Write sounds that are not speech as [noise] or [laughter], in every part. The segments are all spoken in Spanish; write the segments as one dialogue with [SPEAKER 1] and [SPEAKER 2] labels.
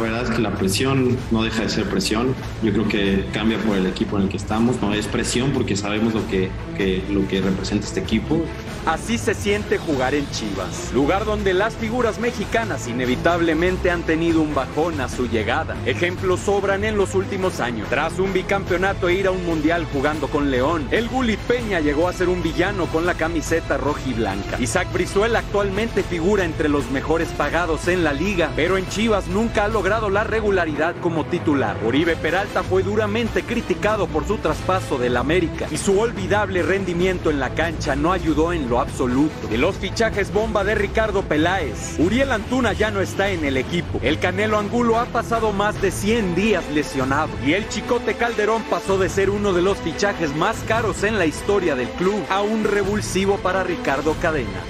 [SPEAKER 1] verdad es que la presión no deja de ser presión. Yo creo que cambia por el equipo en el que estamos. No es presión porque sabemos lo que, que, lo que representa este equipo.
[SPEAKER 2] Así se siente jugar en Chivas, lugar donde las figuras mexicanas inevitablemente han tenido un bajón a su llegada. Ejemplos sobran en los últimos años. Tras un bicampeonato e ir a un mundial jugando con León, el Gulli Peña llegó a ser un villano con la camiseta roja y blanca. Isaac Brizuela actualmente figura entre los mejores pagados en la liga, pero en Chivas nunca ha logrado la regularidad como titular. Oribe Peralta fue duramente criticado por su traspaso del América y su olvidable rendimiento en la cancha no ayudó en lo absoluto. De los fichajes bomba de Ricardo Peláez, Uriel Antuna ya no está en el equipo. El Canelo Angulo ha pasado más de 100 días lesionado y el Chicote Calderón pasó de ser uno de los fichajes más caros en la historia del club a un revulsivo para Ricardo Cadena.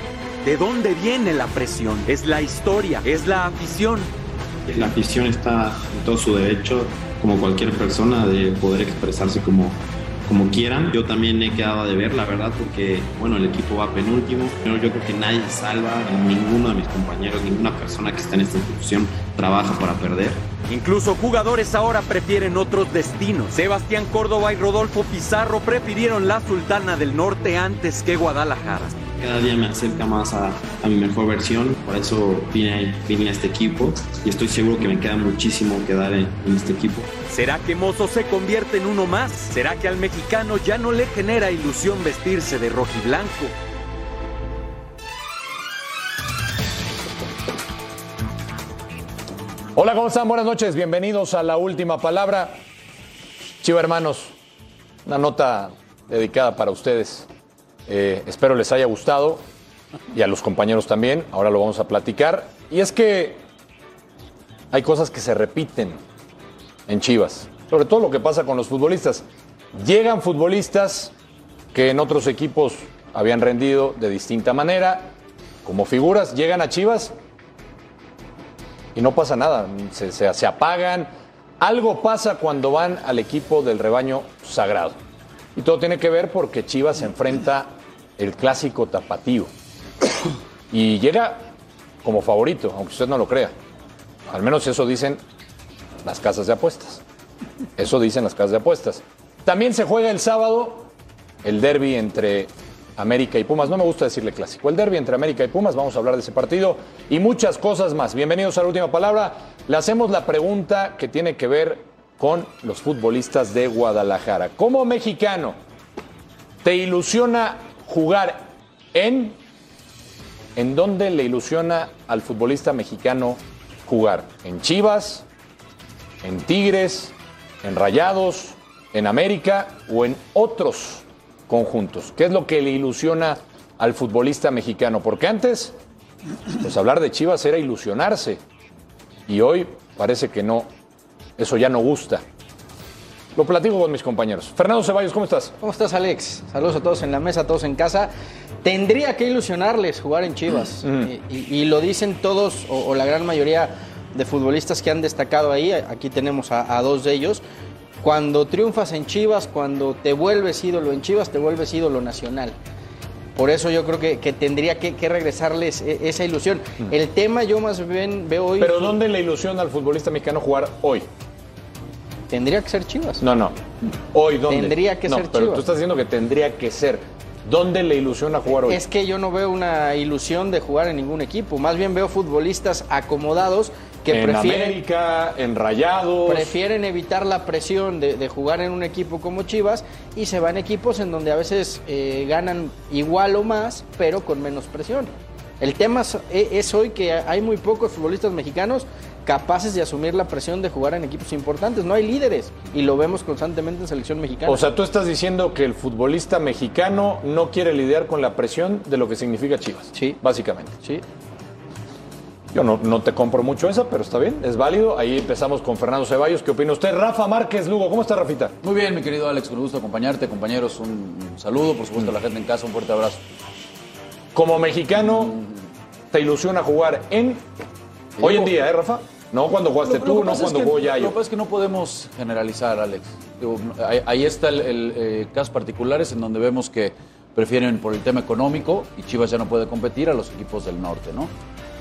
[SPEAKER 2] ¿De dónde viene la presión? Es la historia, es la afición.
[SPEAKER 1] La afición está en todo su derecho, como cualquier persona, de poder expresarse como, como quieran. Yo también he quedado de ver, la verdad, porque bueno, el equipo va penúltimo, pero yo creo que nadie salva, ninguno de mis compañeros, ninguna persona que está en esta institución trabaja para perder.
[SPEAKER 2] Incluso jugadores ahora prefieren otros destinos. Sebastián Córdoba y Rodolfo Pizarro prefirieron la Sultana del Norte antes que Guadalajara
[SPEAKER 1] cada día me acerca más a, a, mi mejor versión. Por eso vine, vine a este equipo y estoy seguro que me queda muchísimo que dar en, en, este equipo.
[SPEAKER 2] ¿Será que Mozo se convierte en uno más? ¿Será que al mexicano ya no le genera ilusión vestirse de rojiblanco?
[SPEAKER 3] Hola, ¿cómo están? Buenas noches. Bienvenidos a la última palabra. Chiva, hermanos, una nota dedicada para ustedes. Eh, espero les haya gustado y a los compañeros también. Ahora lo vamos a platicar. Y es que hay cosas que se repiten en Chivas, sobre todo lo que pasa con los futbolistas. Llegan futbolistas que en otros equipos habían rendido de distinta manera, como figuras, llegan a Chivas y no pasa nada, se, se, se apagan. Algo pasa cuando van al equipo del rebaño sagrado. Y todo tiene que ver porque Chivas enfrenta el clásico tapatío. Y llega como favorito, aunque usted no lo crea. Al menos eso dicen las casas de apuestas. Eso dicen las casas de apuestas. También se juega el sábado el derby entre América y Pumas. No me gusta decirle clásico. El derby entre América y Pumas. Vamos a hablar de ese partido y muchas cosas más. Bienvenidos a la última palabra. Le hacemos la pregunta que tiene que ver con los futbolistas de Guadalajara. Como mexicano, ¿te ilusiona jugar en? ¿En dónde le ilusiona al futbolista mexicano jugar? ¿En Chivas? ¿En Tigres? ¿En Rayados? ¿En América? ¿O en otros conjuntos? ¿Qué es lo que le ilusiona al futbolista mexicano? Porque antes, pues hablar de Chivas era ilusionarse. Y hoy parece que no, eso ya no gusta. Lo platico con mis compañeros. Fernando Ceballos, ¿cómo estás?
[SPEAKER 4] ¿Cómo estás, Alex? Saludos a todos en la mesa, a todos en casa. Tendría que ilusionarles jugar en Chivas. Mm -hmm. y, y, y, lo dicen todos, o, o, la gran mayoría de futbolistas que han destacado ahí. Aquí tenemos a, a dos de ellos. Cuando triunfas en Chivas, cuando te vuelves ídolo en Chivas, te vuelves ídolo nacional. Por eso yo creo que, que tendría que, que, regresarles esa ilusión. Mm. El tema yo más bien veo hoy.
[SPEAKER 3] Pero ¿dónde le ilusiona al futbolista mexicano jugar hoy?
[SPEAKER 4] Tendría que ser Chivas.
[SPEAKER 3] No, no. Hoy dónde.
[SPEAKER 4] Tendría que
[SPEAKER 3] no,
[SPEAKER 4] ser
[SPEAKER 3] pero
[SPEAKER 4] Chivas.
[SPEAKER 3] Tú estás diciendo que tendría que ser. ¿Dónde le ilusiona jugar hoy?
[SPEAKER 4] Es que yo no veo una ilusión de jugar en ningún equipo. Más bien veo futbolistas acomodados que
[SPEAKER 3] en
[SPEAKER 4] prefieren.
[SPEAKER 3] América, en Rayados.
[SPEAKER 4] Prefieren evitar la presión de, de, jugar en un equipo como Chivas y se van equipos en donde a veces eh, ganan igual o más, pero con menos presión. El tema es, e, es hoy que hay muy pocos futbolistas mexicanos capaces de asumir la presión de jugar en equipos importantes. No hay líderes y lo vemos constantemente en selección mexicana.
[SPEAKER 3] O sea, tú estás diciendo que el futbolista mexicano no quiere lidiar con la presión de lo que significa Chivas.
[SPEAKER 4] Sí.
[SPEAKER 3] Básicamente.
[SPEAKER 4] Sí.
[SPEAKER 3] Yo no, no te compro mucho esa, pero está bien, es válido. Ahí empezamos con Fernando Ceballos. ¿Qué opina usted? Rafa Márquez Lugo, ¿cómo está Rafita?
[SPEAKER 5] Muy bien, mi querido Alex, con gusto acompañarte, compañeros. Un saludo, por supuesto, a la gente en casa, un fuerte abrazo. Mm.
[SPEAKER 3] Como mexicano, ¿te ilusiona jugar en... Hoy en día, ¿eh, Rafa? No cuando jugaste
[SPEAKER 5] Lo-
[SPEAKER 3] tú,
[SPEAKER 5] lo que
[SPEAKER 3] no
[SPEAKER 5] pasa es
[SPEAKER 3] cuando
[SPEAKER 5] que-
[SPEAKER 3] jugó Yayo.
[SPEAKER 5] Lo que pasa es que no podemos generalizar, Alex. Digo, ahí, ahí está el, el, eh, casos particulares en donde vemos que prefieren por el tema económico y Chivas ya no puede competir a los equipos del norte, ¿no?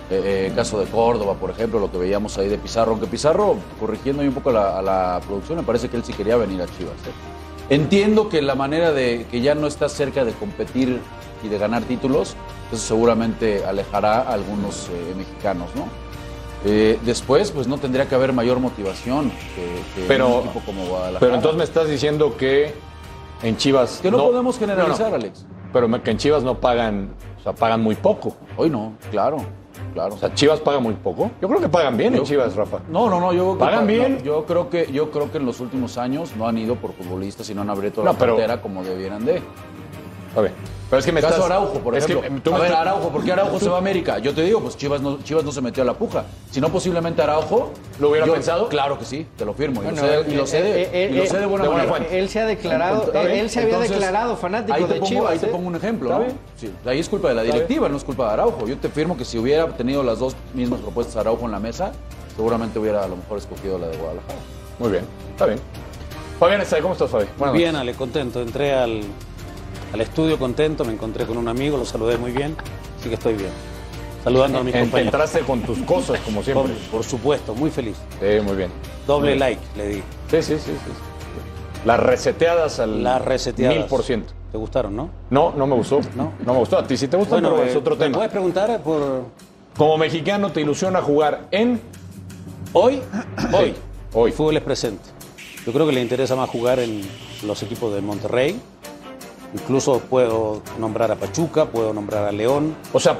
[SPEAKER 5] eh, eh, caso de Córdoba, por ejemplo, lo que veíamos ahí de Pizarro, aunque Pizarro, corrigiendo ahí un poco la- a la producción, me parece que él sí quería venir a Chivas. ¿eh? Entiendo que la manera de que ya no está cerca de competir y de ganar títulos, eso seguramente alejará a algunos eh, mexicanos, ¿no? Eh, después, pues no tendría que haber mayor motivación que, que
[SPEAKER 3] Pero-
[SPEAKER 5] un equipo como Guadalajara.
[SPEAKER 3] Pero entonces me estás diciendo que en Chivas.
[SPEAKER 5] Que no podemos generalizar,
[SPEAKER 3] No, no.
[SPEAKER 5] Alex.
[SPEAKER 3] Pero me- que en Chivas no pagan, o sea, pagan muy poco.
[SPEAKER 5] Hoy no, claro, claro.
[SPEAKER 3] O sea, Chivas paga muy poco. Yo creo que pagan bien en
[SPEAKER 5] Yo-
[SPEAKER 3] Chivas, Rafa.
[SPEAKER 5] No, no, no, yo
[SPEAKER 3] ¿Pagan
[SPEAKER 5] no,
[SPEAKER 3] bien?
[SPEAKER 5] yo creo que yo creo que en los últimos años no han ido por futbolistas y no han abierto la
[SPEAKER 3] No, pero-
[SPEAKER 5] cartera como debieran de.
[SPEAKER 3] A ver. Pero es que me
[SPEAKER 5] Caso
[SPEAKER 3] estás.
[SPEAKER 5] Araujo, por
[SPEAKER 3] es que,
[SPEAKER 5] ejemplo.
[SPEAKER 3] eh, tú
[SPEAKER 5] a
[SPEAKER 3] me
[SPEAKER 5] ver,
[SPEAKER 3] estás-
[SPEAKER 5] Araujo, ¿por qué Araujo se va a América? Yo te digo, pues Chivas no, Chivas no se metió a la puja. Si no, posiblemente Araujo.
[SPEAKER 3] ¿Lo hubiera
[SPEAKER 5] yo-
[SPEAKER 3] pensado?
[SPEAKER 5] Claro que sí, te lo firmo. Y lo
[SPEAKER 4] Bueno, eh,
[SPEAKER 5] sé de-
[SPEAKER 4] él-
[SPEAKER 5] y lo sé
[SPEAKER 4] él-
[SPEAKER 5] de
[SPEAKER 4] él-
[SPEAKER 5] y lo sé de buena
[SPEAKER 4] él-
[SPEAKER 5] manera.
[SPEAKER 4] él- él se ha declarado-
[SPEAKER 5] Está
[SPEAKER 4] él-
[SPEAKER 5] bien.
[SPEAKER 4] él se había declarado fanático
[SPEAKER 5] ahí te
[SPEAKER 4] de
[SPEAKER 5] pongo-
[SPEAKER 4] Chivas,
[SPEAKER 5] Ahí te
[SPEAKER 4] ¿eh?
[SPEAKER 5] pongo un ejemplo.
[SPEAKER 4] Está
[SPEAKER 5] ¿no?
[SPEAKER 4] bien.
[SPEAKER 5] Sí, ahí es culpa de la directiva, no es culpa de Araujo. Yo te firmo que si hubiera tenido las dos mismas propuestas Araujo en la mesa, seguramente hubiera a lo mejor escogido la de Guadalajara.
[SPEAKER 3] Muy bien, está bien. Fabián está ahí. ¿Cómo estás, Fabián? Buenas
[SPEAKER 6] bien,
[SPEAKER 3] noches.
[SPEAKER 6] Ale, contento. Entré al, al estudio contento, me encontré con un amigo, lo saludé muy bien, así que estoy bien. Saludando a mis
[SPEAKER 3] En-
[SPEAKER 6] compañeros.
[SPEAKER 3] entraste con tus cosas, como
[SPEAKER 6] Por,
[SPEAKER 3] siempre.
[SPEAKER 6] por supuesto, muy feliz.
[SPEAKER 3] Sí, muy bien.
[SPEAKER 6] Doble like, le di.
[SPEAKER 3] Sí, sí, sí, sí, sí. Las reseteadas al
[SPEAKER 6] Las reseteadas.
[SPEAKER 3] mil por ciento.
[SPEAKER 6] ¿Te gustaron, no?
[SPEAKER 3] No, no me gustó. No.
[SPEAKER 6] No.
[SPEAKER 3] me gustó. A ti sí te gusta, pero es
[SPEAKER 6] eh,
[SPEAKER 3] otro
[SPEAKER 6] ¿me
[SPEAKER 3] tema.
[SPEAKER 6] puedes preguntar por
[SPEAKER 3] Como mexicano te ilusiona jugar en
[SPEAKER 6] hoy? Hoy.
[SPEAKER 3] [clears throat] hoy.
[SPEAKER 6] El fútbol es presente. Yo creo que le interesa más jugar en los equipos de Monterrey. Incluso puedo nombrar a Pachuca, puedo nombrar a León.
[SPEAKER 3] O sea,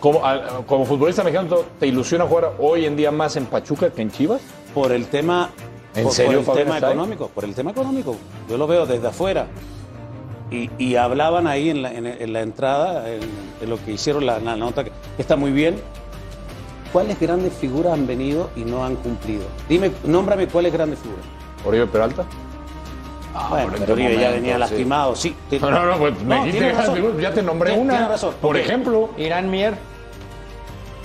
[SPEAKER 3] como, a- como futbolista mexicano te ilusiona jugar hoy en día más en Pachuca que en Chivas.
[SPEAKER 6] por el tema por-
[SPEAKER 3] ¿En
[SPEAKER 6] por,
[SPEAKER 3] serio,
[SPEAKER 6] el
[SPEAKER 3] Fabián
[SPEAKER 6] tema
[SPEAKER 3] Stay?
[SPEAKER 6] económico por el tema económico yo lo veo desde afuera y, y hablaban ahí en la, en- en la entrada en, en lo que hicieron la, la nota que está muy bien cuáles grandes figuras han venido y no han cumplido dime nómbrame cuáles grandes figuras
[SPEAKER 3] Oribe Peralta.
[SPEAKER 4] Ah,
[SPEAKER 6] bueno
[SPEAKER 5] por
[SPEAKER 6] pero
[SPEAKER 5] este
[SPEAKER 6] Oribe ya
[SPEAKER 5] momento,
[SPEAKER 6] venía
[SPEAKER 5] sí.
[SPEAKER 6] lastimado sí, te-
[SPEAKER 3] No, no, no, pues me dijiste
[SPEAKER 6] tienes
[SPEAKER 3] que eras
[SPEAKER 6] razón.
[SPEAKER 3] figura, ya te nombré
[SPEAKER 6] Tien-
[SPEAKER 3] una.
[SPEAKER 6] tienes razón.
[SPEAKER 3] Por
[SPEAKER 6] Ok.
[SPEAKER 3] ejemplo,
[SPEAKER 4] Irán Mier.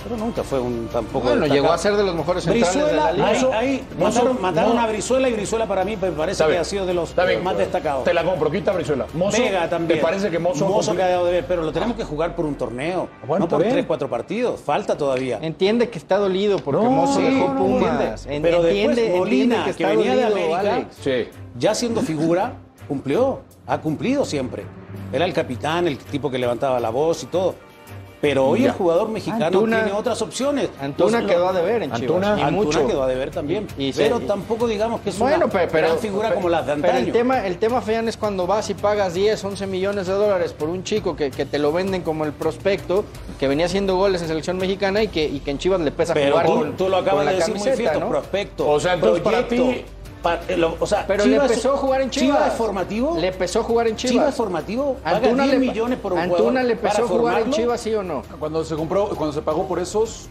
[SPEAKER 6] pero nunca fue un tampoco
[SPEAKER 4] Bueno,
[SPEAKER 6] destacado.
[SPEAKER 4] llegó a ser de los mejores centrales de
[SPEAKER 6] Brizuela,
[SPEAKER 4] la liga.
[SPEAKER 6] ahí, ahí,
[SPEAKER 3] Mozo,
[SPEAKER 6] mataron, mataron
[SPEAKER 3] no.
[SPEAKER 6] a Brizuela y Brizuela para mí me parece
[SPEAKER 3] Está
[SPEAKER 6] que
[SPEAKER 3] bien.
[SPEAKER 6] ha sido de los
[SPEAKER 3] Está bien.
[SPEAKER 6] más destacados.
[SPEAKER 3] te la compro, quita a Brizuela. Mozo,
[SPEAKER 6] Vega también.
[SPEAKER 3] ¿Te parece que Mozo,
[SPEAKER 6] Mozo
[SPEAKER 3] cumplió?
[SPEAKER 6] que ha dado de ver, pero lo tenemos que jugar por un torneo.
[SPEAKER 4] Ah,
[SPEAKER 3] Bueno,
[SPEAKER 6] no por
[SPEAKER 3] está bien.
[SPEAKER 6] tres, cuatro partidos. Falta todavía.
[SPEAKER 4] Entiende que está dolido porque
[SPEAKER 3] No,
[SPEAKER 4] Mozo
[SPEAKER 3] sí,
[SPEAKER 4] dejó
[SPEAKER 3] no, no,
[SPEAKER 4] Pumas. En-
[SPEAKER 6] Pero después
[SPEAKER 4] entiende
[SPEAKER 6] Molina,
[SPEAKER 4] que
[SPEAKER 6] que,
[SPEAKER 4] está
[SPEAKER 6] venía de
[SPEAKER 4] dolido,
[SPEAKER 6] América,
[SPEAKER 4] Alex.
[SPEAKER 3] Sí.
[SPEAKER 6] ya siendo figura, cumplió. Ha cumplido siempre. Era el capitán, el tipo que levantaba la voz y todo. Pero hoy
[SPEAKER 3] Ya.
[SPEAKER 6] el jugador mexicano
[SPEAKER 4] Antuna-
[SPEAKER 6] tiene otras opciones.
[SPEAKER 4] Antuna
[SPEAKER 6] Los- los-
[SPEAKER 4] quedó a deber en Chivas.
[SPEAKER 3] Antuna-
[SPEAKER 4] y
[SPEAKER 6] Antuna
[SPEAKER 4] mucho.
[SPEAKER 6] quedó a deber también.
[SPEAKER 4] Y- y se-
[SPEAKER 6] pero
[SPEAKER 4] y-
[SPEAKER 6] tampoco digamos que es
[SPEAKER 4] Bueno,
[SPEAKER 6] una
[SPEAKER 4] pe- pero,
[SPEAKER 6] gran figura
[SPEAKER 4] pe-
[SPEAKER 6] como las de antaño.
[SPEAKER 4] pero el tema, el tema Fean, es cuando vas y pagas 10, 11 millones de dólares por un chico que, que te lo venden como el prospecto, que venía haciendo goles en selección mexicana y que, y que en Chivas le pesa
[SPEAKER 6] Pero
[SPEAKER 4] jugar
[SPEAKER 6] tú,
[SPEAKER 4] con,
[SPEAKER 6] tú lo acabas
[SPEAKER 4] con la
[SPEAKER 6] de decir muy
[SPEAKER 4] camiseta,
[SPEAKER 6] fiesto,
[SPEAKER 4] ¿no?
[SPEAKER 6] prospecto.
[SPEAKER 3] O sea, entonces, para
[SPEAKER 6] proyecto,
[SPEAKER 3] ti-
[SPEAKER 6] pa- eh, lo- o sea,
[SPEAKER 4] Pero
[SPEAKER 6] Chivas-
[SPEAKER 4] le pesó jugar en Chivas.
[SPEAKER 6] ¿Chivas es formativo?
[SPEAKER 4] Le pesó jugar en Chivas.
[SPEAKER 6] Chivas. formativo paga
[SPEAKER 4] Antuna
[SPEAKER 6] 10
[SPEAKER 4] le,
[SPEAKER 6] millones por un
[SPEAKER 4] Antuna
[SPEAKER 6] jugador
[SPEAKER 4] le
[SPEAKER 6] para
[SPEAKER 4] pesó jugar en
[SPEAKER 6] formarlo.
[SPEAKER 4] Chivas, sí o no.
[SPEAKER 5] Cuando se compró, cuando se pagó por esos,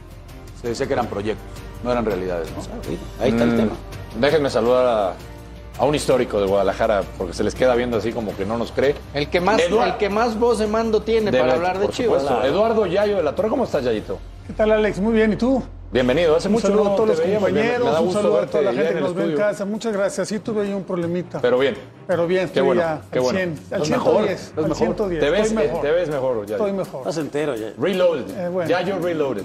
[SPEAKER 5] se decía que eran proyectos, no eran realidades, ¿no?
[SPEAKER 4] Ah,
[SPEAKER 6] Sí, Ahí está el tema.
[SPEAKER 3] Mm. Déjenme saludar a, a un histórico de Guadalajara, porque se les queda viendo así como que no nos cree.
[SPEAKER 4] El que más,
[SPEAKER 3] Eduard-
[SPEAKER 4] el que más voz de mando tiene para
[SPEAKER 3] Debe-
[SPEAKER 4] hablar de
[SPEAKER 3] por
[SPEAKER 4] Chivas.
[SPEAKER 3] supuesto. Eduardo Yayo de la Torre, ¿cómo estás, Yayito?
[SPEAKER 7] ¿Qué tal, Alex? Muy bien, ¿y tú?
[SPEAKER 3] Bienvenido, hace
[SPEAKER 7] Un
[SPEAKER 3] mucho
[SPEAKER 7] saludo
[SPEAKER 3] no
[SPEAKER 7] a todos
[SPEAKER 3] te
[SPEAKER 7] los
[SPEAKER 3] veíamos, bien,
[SPEAKER 7] compañeros,
[SPEAKER 3] me da
[SPEAKER 7] un
[SPEAKER 3] gusto
[SPEAKER 7] saludo a toda la
[SPEAKER 3] verte ya
[SPEAKER 7] gente
[SPEAKER 3] en
[SPEAKER 7] que
[SPEAKER 3] el
[SPEAKER 7] nos ve en
[SPEAKER 3] estudio.
[SPEAKER 7] casa. Muchas gracias. Sí tuve ahí un problemita.
[SPEAKER 3] Pero bien.
[SPEAKER 7] Pero bien,
[SPEAKER 3] Qué
[SPEAKER 7] estoy
[SPEAKER 3] bueno,
[SPEAKER 7] ya
[SPEAKER 3] qué
[SPEAKER 7] al
[SPEAKER 3] bueno.
[SPEAKER 7] 100, al
[SPEAKER 3] Estás mejor,
[SPEAKER 7] 110,
[SPEAKER 3] estás
[SPEAKER 7] al
[SPEAKER 3] mejor.
[SPEAKER 7] 110.
[SPEAKER 3] Te ves,
[SPEAKER 7] Estoy
[SPEAKER 3] eh,
[SPEAKER 7] mejor.
[SPEAKER 3] te ves mejor, Yayo.
[SPEAKER 7] Estoy mejor,
[SPEAKER 6] Estás entero ya.
[SPEAKER 3] Reloaded.
[SPEAKER 7] Eh, bueno.
[SPEAKER 3] Yayo
[SPEAKER 7] [laughs]
[SPEAKER 3] reloaded.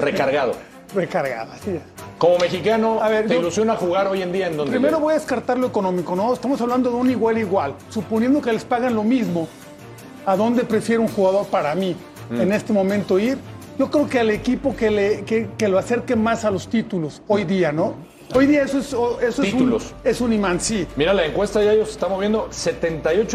[SPEAKER 3] Recargado.
[SPEAKER 7] recargada. sí, ya.
[SPEAKER 3] Como mexicano,
[SPEAKER 7] A ver,
[SPEAKER 3] te
[SPEAKER 7] yo-
[SPEAKER 3] ilusiona jugar hoy en día en donde.
[SPEAKER 7] Primero voy a descartar lo económico, ¿no? Estamos hablando de un igual igual. Suponiendo que les pagan lo mismo, ¿a dónde prefiero un jugador para mí
[SPEAKER 3] Mm.
[SPEAKER 7] en este momento ir? Yo creo que al equipo que, le, que, que lo acerque más a los títulos hoy día, ¿no? Hoy día eso es, o- eso es, un,
[SPEAKER 3] Títulos.
[SPEAKER 7] es un imán, sí.
[SPEAKER 3] Mira, la encuesta Yayo se está moviendo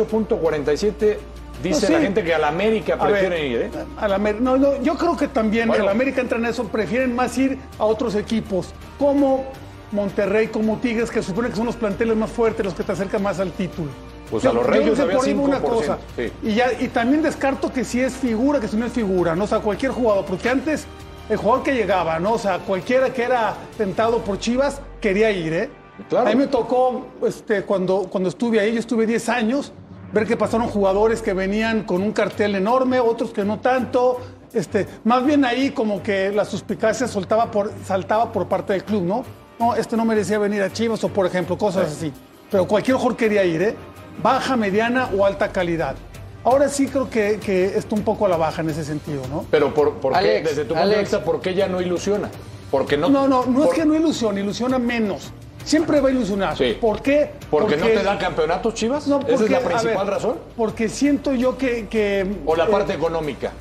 [SPEAKER 3] 78.47. Dice
[SPEAKER 7] No, Ah, sí.
[SPEAKER 3] la gente que a la América
[SPEAKER 7] A ver,
[SPEAKER 3] prefieren ir, ¿eh?
[SPEAKER 7] a la Amer- no, no, yo creo que también
[SPEAKER 3] Bueno.
[SPEAKER 7] el América entra en eso, prefieren más ir a otros equipos como Monterrey, como Tigres, que supone que son los planteles más fuertes, los que te acercan más al título.
[SPEAKER 3] Pues a los Reyes había
[SPEAKER 7] por ahí va
[SPEAKER 3] 5%, sí.
[SPEAKER 7] Y, ya, y también descarto que si es figura, que si no es figura, ¿no? O sea, cualquier jugador, porque antes el jugador que llegaba, ¿no? O sea, cualquiera que era tentado por Chivas quería ir, ¿eh?
[SPEAKER 3] Claro.
[SPEAKER 7] A mí me tocó, este, cuando, cuando estuve ahí, yo estuve 10 años, ver que pasaron jugadores que venían con un cartel enorme, otros que no tanto. Este, más bien ahí como que la suspicacia soltaba por, saltaba por parte del club, ¿no? No, este no merecía venir a Chivas o, por ejemplo, cosas así. Pero cualquier jugador quería ir, ¿eh? Baja, mediana o alta calidad. Ahora sí creo que, que está un poco a la baja en ese sentido, ¿no?
[SPEAKER 3] Pero por, por qué,
[SPEAKER 4] Alex,
[SPEAKER 3] desde tu punto de
[SPEAKER 4] Alex.
[SPEAKER 3] vista, ¿por qué ya no ilusiona? Porque no.
[SPEAKER 7] No, no, no es
[SPEAKER 3] por-
[SPEAKER 7] que no ilusiona, ilusiona menos. Siempre va a ilusionar.
[SPEAKER 3] Sí.
[SPEAKER 7] ¿Por qué?
[SPEAKER 3] Porque, no te dan campeonatos, Chivas.
[SPEAKER 7] No,
[SPEAKER 3] Esa es
[SPEAKER 7] porque,
[SPEAKER 3] la
[SPEAKER 7] a ver,
[SPEAKER 3] principal razón.
[SPEAKER 7] Porque siento yo que. que,
[SPEAKER 3] O la
[SPEAKER 7] eh,
[SPEAKER 3] parte económica.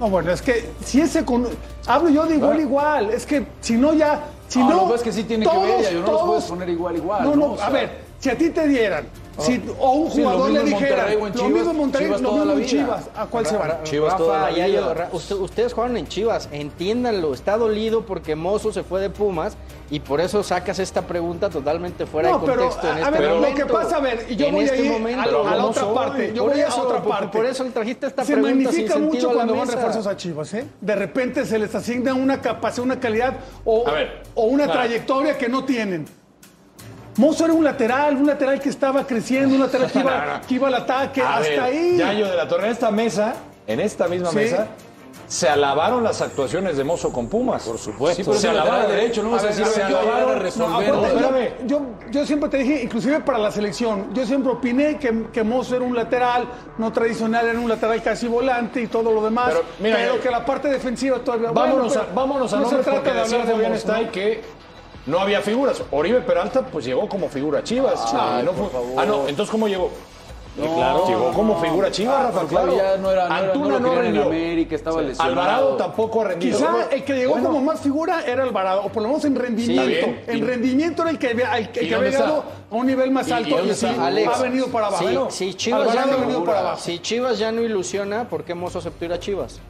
[SPEAKER 7] No, bueno, es que si ese con... Hablo yo de igual igual, es que si no ya... Si
[SPEAKER 5] Ah,
[SPEAKER 7] no,
[SPEAKER 5] lo que pasa es que sí tiene que ver, ya, yo no los puedes poner igual, igual,
[SPEAKER 7] No, no,
[SPEAKER 5] ¿no? O sea- Ah.
[SPEAKER 7] a ver, si a ti te dieran, si, o un
[SPEAKER 5] Sí, lo
[SPEAKER 7] jugador
[SPEAKER 5] mismo
[SPEAKER 7] le
[SPEAKER 5] en
[SPEAKER 7] dijera,
[SPEAKER 5] Monterrey o en
[SPEAKER 7] lo
[SPEAKER 5] Chivas,
[SPEAKER 7] mismo en Monterrey,
[SPEAKER 5] Chivas
[SPEAKER 7] lo
[SPEAKER 5] toda
[SPEAKER 7] mismo
[SPEAKER 5] la
[SPEAKER 7] en
[SPEAKER 5] vida.
[SPEAKER 7] Chivas, ¿a cuál se van?
[SPEAKER 5] Chivas toda
[SPEAKER 4] Rafa,
[SPEAKER 5] la
[SPEAKER 4] Yayo,
[SPEAKER 5] vida.
[SPEAKER 4] Ra- usted- ustedes jugaron en Chivas, entiéndanlo, está dolido porque Mozo se fue de Pumas y por eso sacas esta pregunta totalmente fuera
[SPEAKER 7] No,
[SPEAKER 4] de
[SPEAKER 7] pero
[SPEAKER 4] contexto en
[SPEAKER 7] a
[SPEAKER 4] este
[SPEAKER 7] ver,
[SPEAKER 4] momento.
[SPEAKER 7] lo que pasa, a ver, y yo
[SPEAKER 4] En
[SPEAKER 7] voy
[SPEAKER 4] este
[SPEAKER 7] a ir
[SPEAKER 4] momento.
[SPEAKER 7] a, la- a la
[SPEAKER 4] Pero
[SPEAKER 7] otra
[SPEAKER 4] Mozo,
[SPEAKER 7] parte, yo
[SPEAKER 4] por
[SPEAKER 7] voy a esa
[SPEAKER 4] eso,
[SPEAKER 7] otra
[SPEAKER 4] por-
[SPEAKER 7] parte.
[SPEAKER 4] Por eso trajiste esta
[SPEAKER 7] se
[SPEAKER 4] pregunta sin
[SPEAKER 7] magnifica
[SPEAKER 4] sentido
[SPEAKER 7] mucho
[SPEAKER 4] a la
[SPEAKER 7] cuando van
[SPEAKER 4] mesa.
[SPEAKER 7] refuerzos a Chivas, ¿eh? De repente se les asigna una capacidad, una calidad o,
[SPEAKER 3] A ver.
[SPEAKER 7] o una trayectoria que no tienen. Mozo era un lateral, un lateral que estaba creciendo, un lateral
[SPEAKER 3] [laughs]
[SPEAKER 7] que iba, que iba al ataque,
[SPEAKER 3] A
[SPEAKER 7] hasta
[SPEAKER 3] ver,
[SPEAKER 7] ahí.
[SPEAKER 3] Yayo de la Torre, en esta mesa, en esta misma
[SPEAKER 7] Sí.
[SPEAKER 3] mesa, se alabaron las actuaciones de Mozo con Pumas. Por
[SPEAKER 5] supuesto. Se alabaron el derecho, no vas a decir,
[SPEAKER 3] se
[SPEAKER 5] se alabaron a
[SPEAKER 3] alabaron
[SPEAKER 5] resolver.
[SPEAKER 7] No, aparte,
[SPEAKER 3] No,
[SPEAKER 7] yo-
[SPEAKER 3] espérame.
[SPEAKER 7] yo, yo siempre te dije, inclusive para la selección, yo siempre opiné que, que Mozo era un lateral no tradicional, era un lateral casi volante y todo lo demás,
[SPEAKER 3] Pero,
[SPEAKER 7] pero,
[SPEAKER 3] mira, mira.
[SPEAKER 7] que la parte defensiva todavía...
[SPEAKER 3] Vámonos,
[SPEAKER 7] bueno,
[SPEAKER 3] a,
[SPEAKER 7] pero
[SPEAKER 3] vámonos a
[SPEAKER 7] no se
[SPEAKER 3] nombres
[SPEAKER 7] trata
[SPEAKER 3] porque
[SPEAKER 7] de hablar de
[SPEAKER 3] bien
[SPEAKER 7] Mozo,
[SPEAKER 3] está
[SPEAKER 7] ¿no?
[SPEAKER 3] y que no había figuras. Oribe Peralta pues llegó como figura a Chivas. no fue- Ah, no, entonces ¿cómo llegó? claro, llegó como figura a Chivas,
[SPEAKER 5] Ah,
[SPEAKER 3] Rafa,
[SPEAKER 5] porque
[SPEAKER 3] claro.
[SPEAKER 5] Ya no era, no era-
[SPEAKER 3] Antuna
[SPEAKER 5] no lo
[SPEAKER 3] no,
[SPEAKER 5] querían en
[SPEAKER 3] rindió.
[SPEAKER 5] América, estaba lesionado.
[SPEAKER 3] Alvarado tampoco ha rendido.
[SPEAKER 7] Quizá el que llegó como más figura era Alvarado, o por lo menos en rendimiento.
[SPEAKER 3] bien.
[SPEAKER 7] En rendimiento era el que había, el que- el
[SPEAKER 3] ¿Y
[SPEAKER 7] que
[SPEAKER 3] dónde
[SPEAKER 7] había
[SPEAKER 3] está?
[SPEAKER 7] llegado a un nivel más
[SPEAKER 3] ¿Y- y
[SPEAKER 7] alto y,
[SPEAKER 3] dónde
[SPEAKER 7] sí,
[SPEAKER 3] está?
[SPEAKER 4] Alex,
[SPEAKER 7] ha venido para abajo.
[SPEAKER 4] si-
[SPEAKER 7] Bueno,
[SPEAKER 4] si, Chivas ya
[SPEAKER 7] Alvarado
[SPEAKER 4] no,
[SPEAKER 7] ha venido para abajo.
[SPEAKER 4] si Chivas ya no ilusiona, ¿por qué Mozo aceptó ir a Chivas?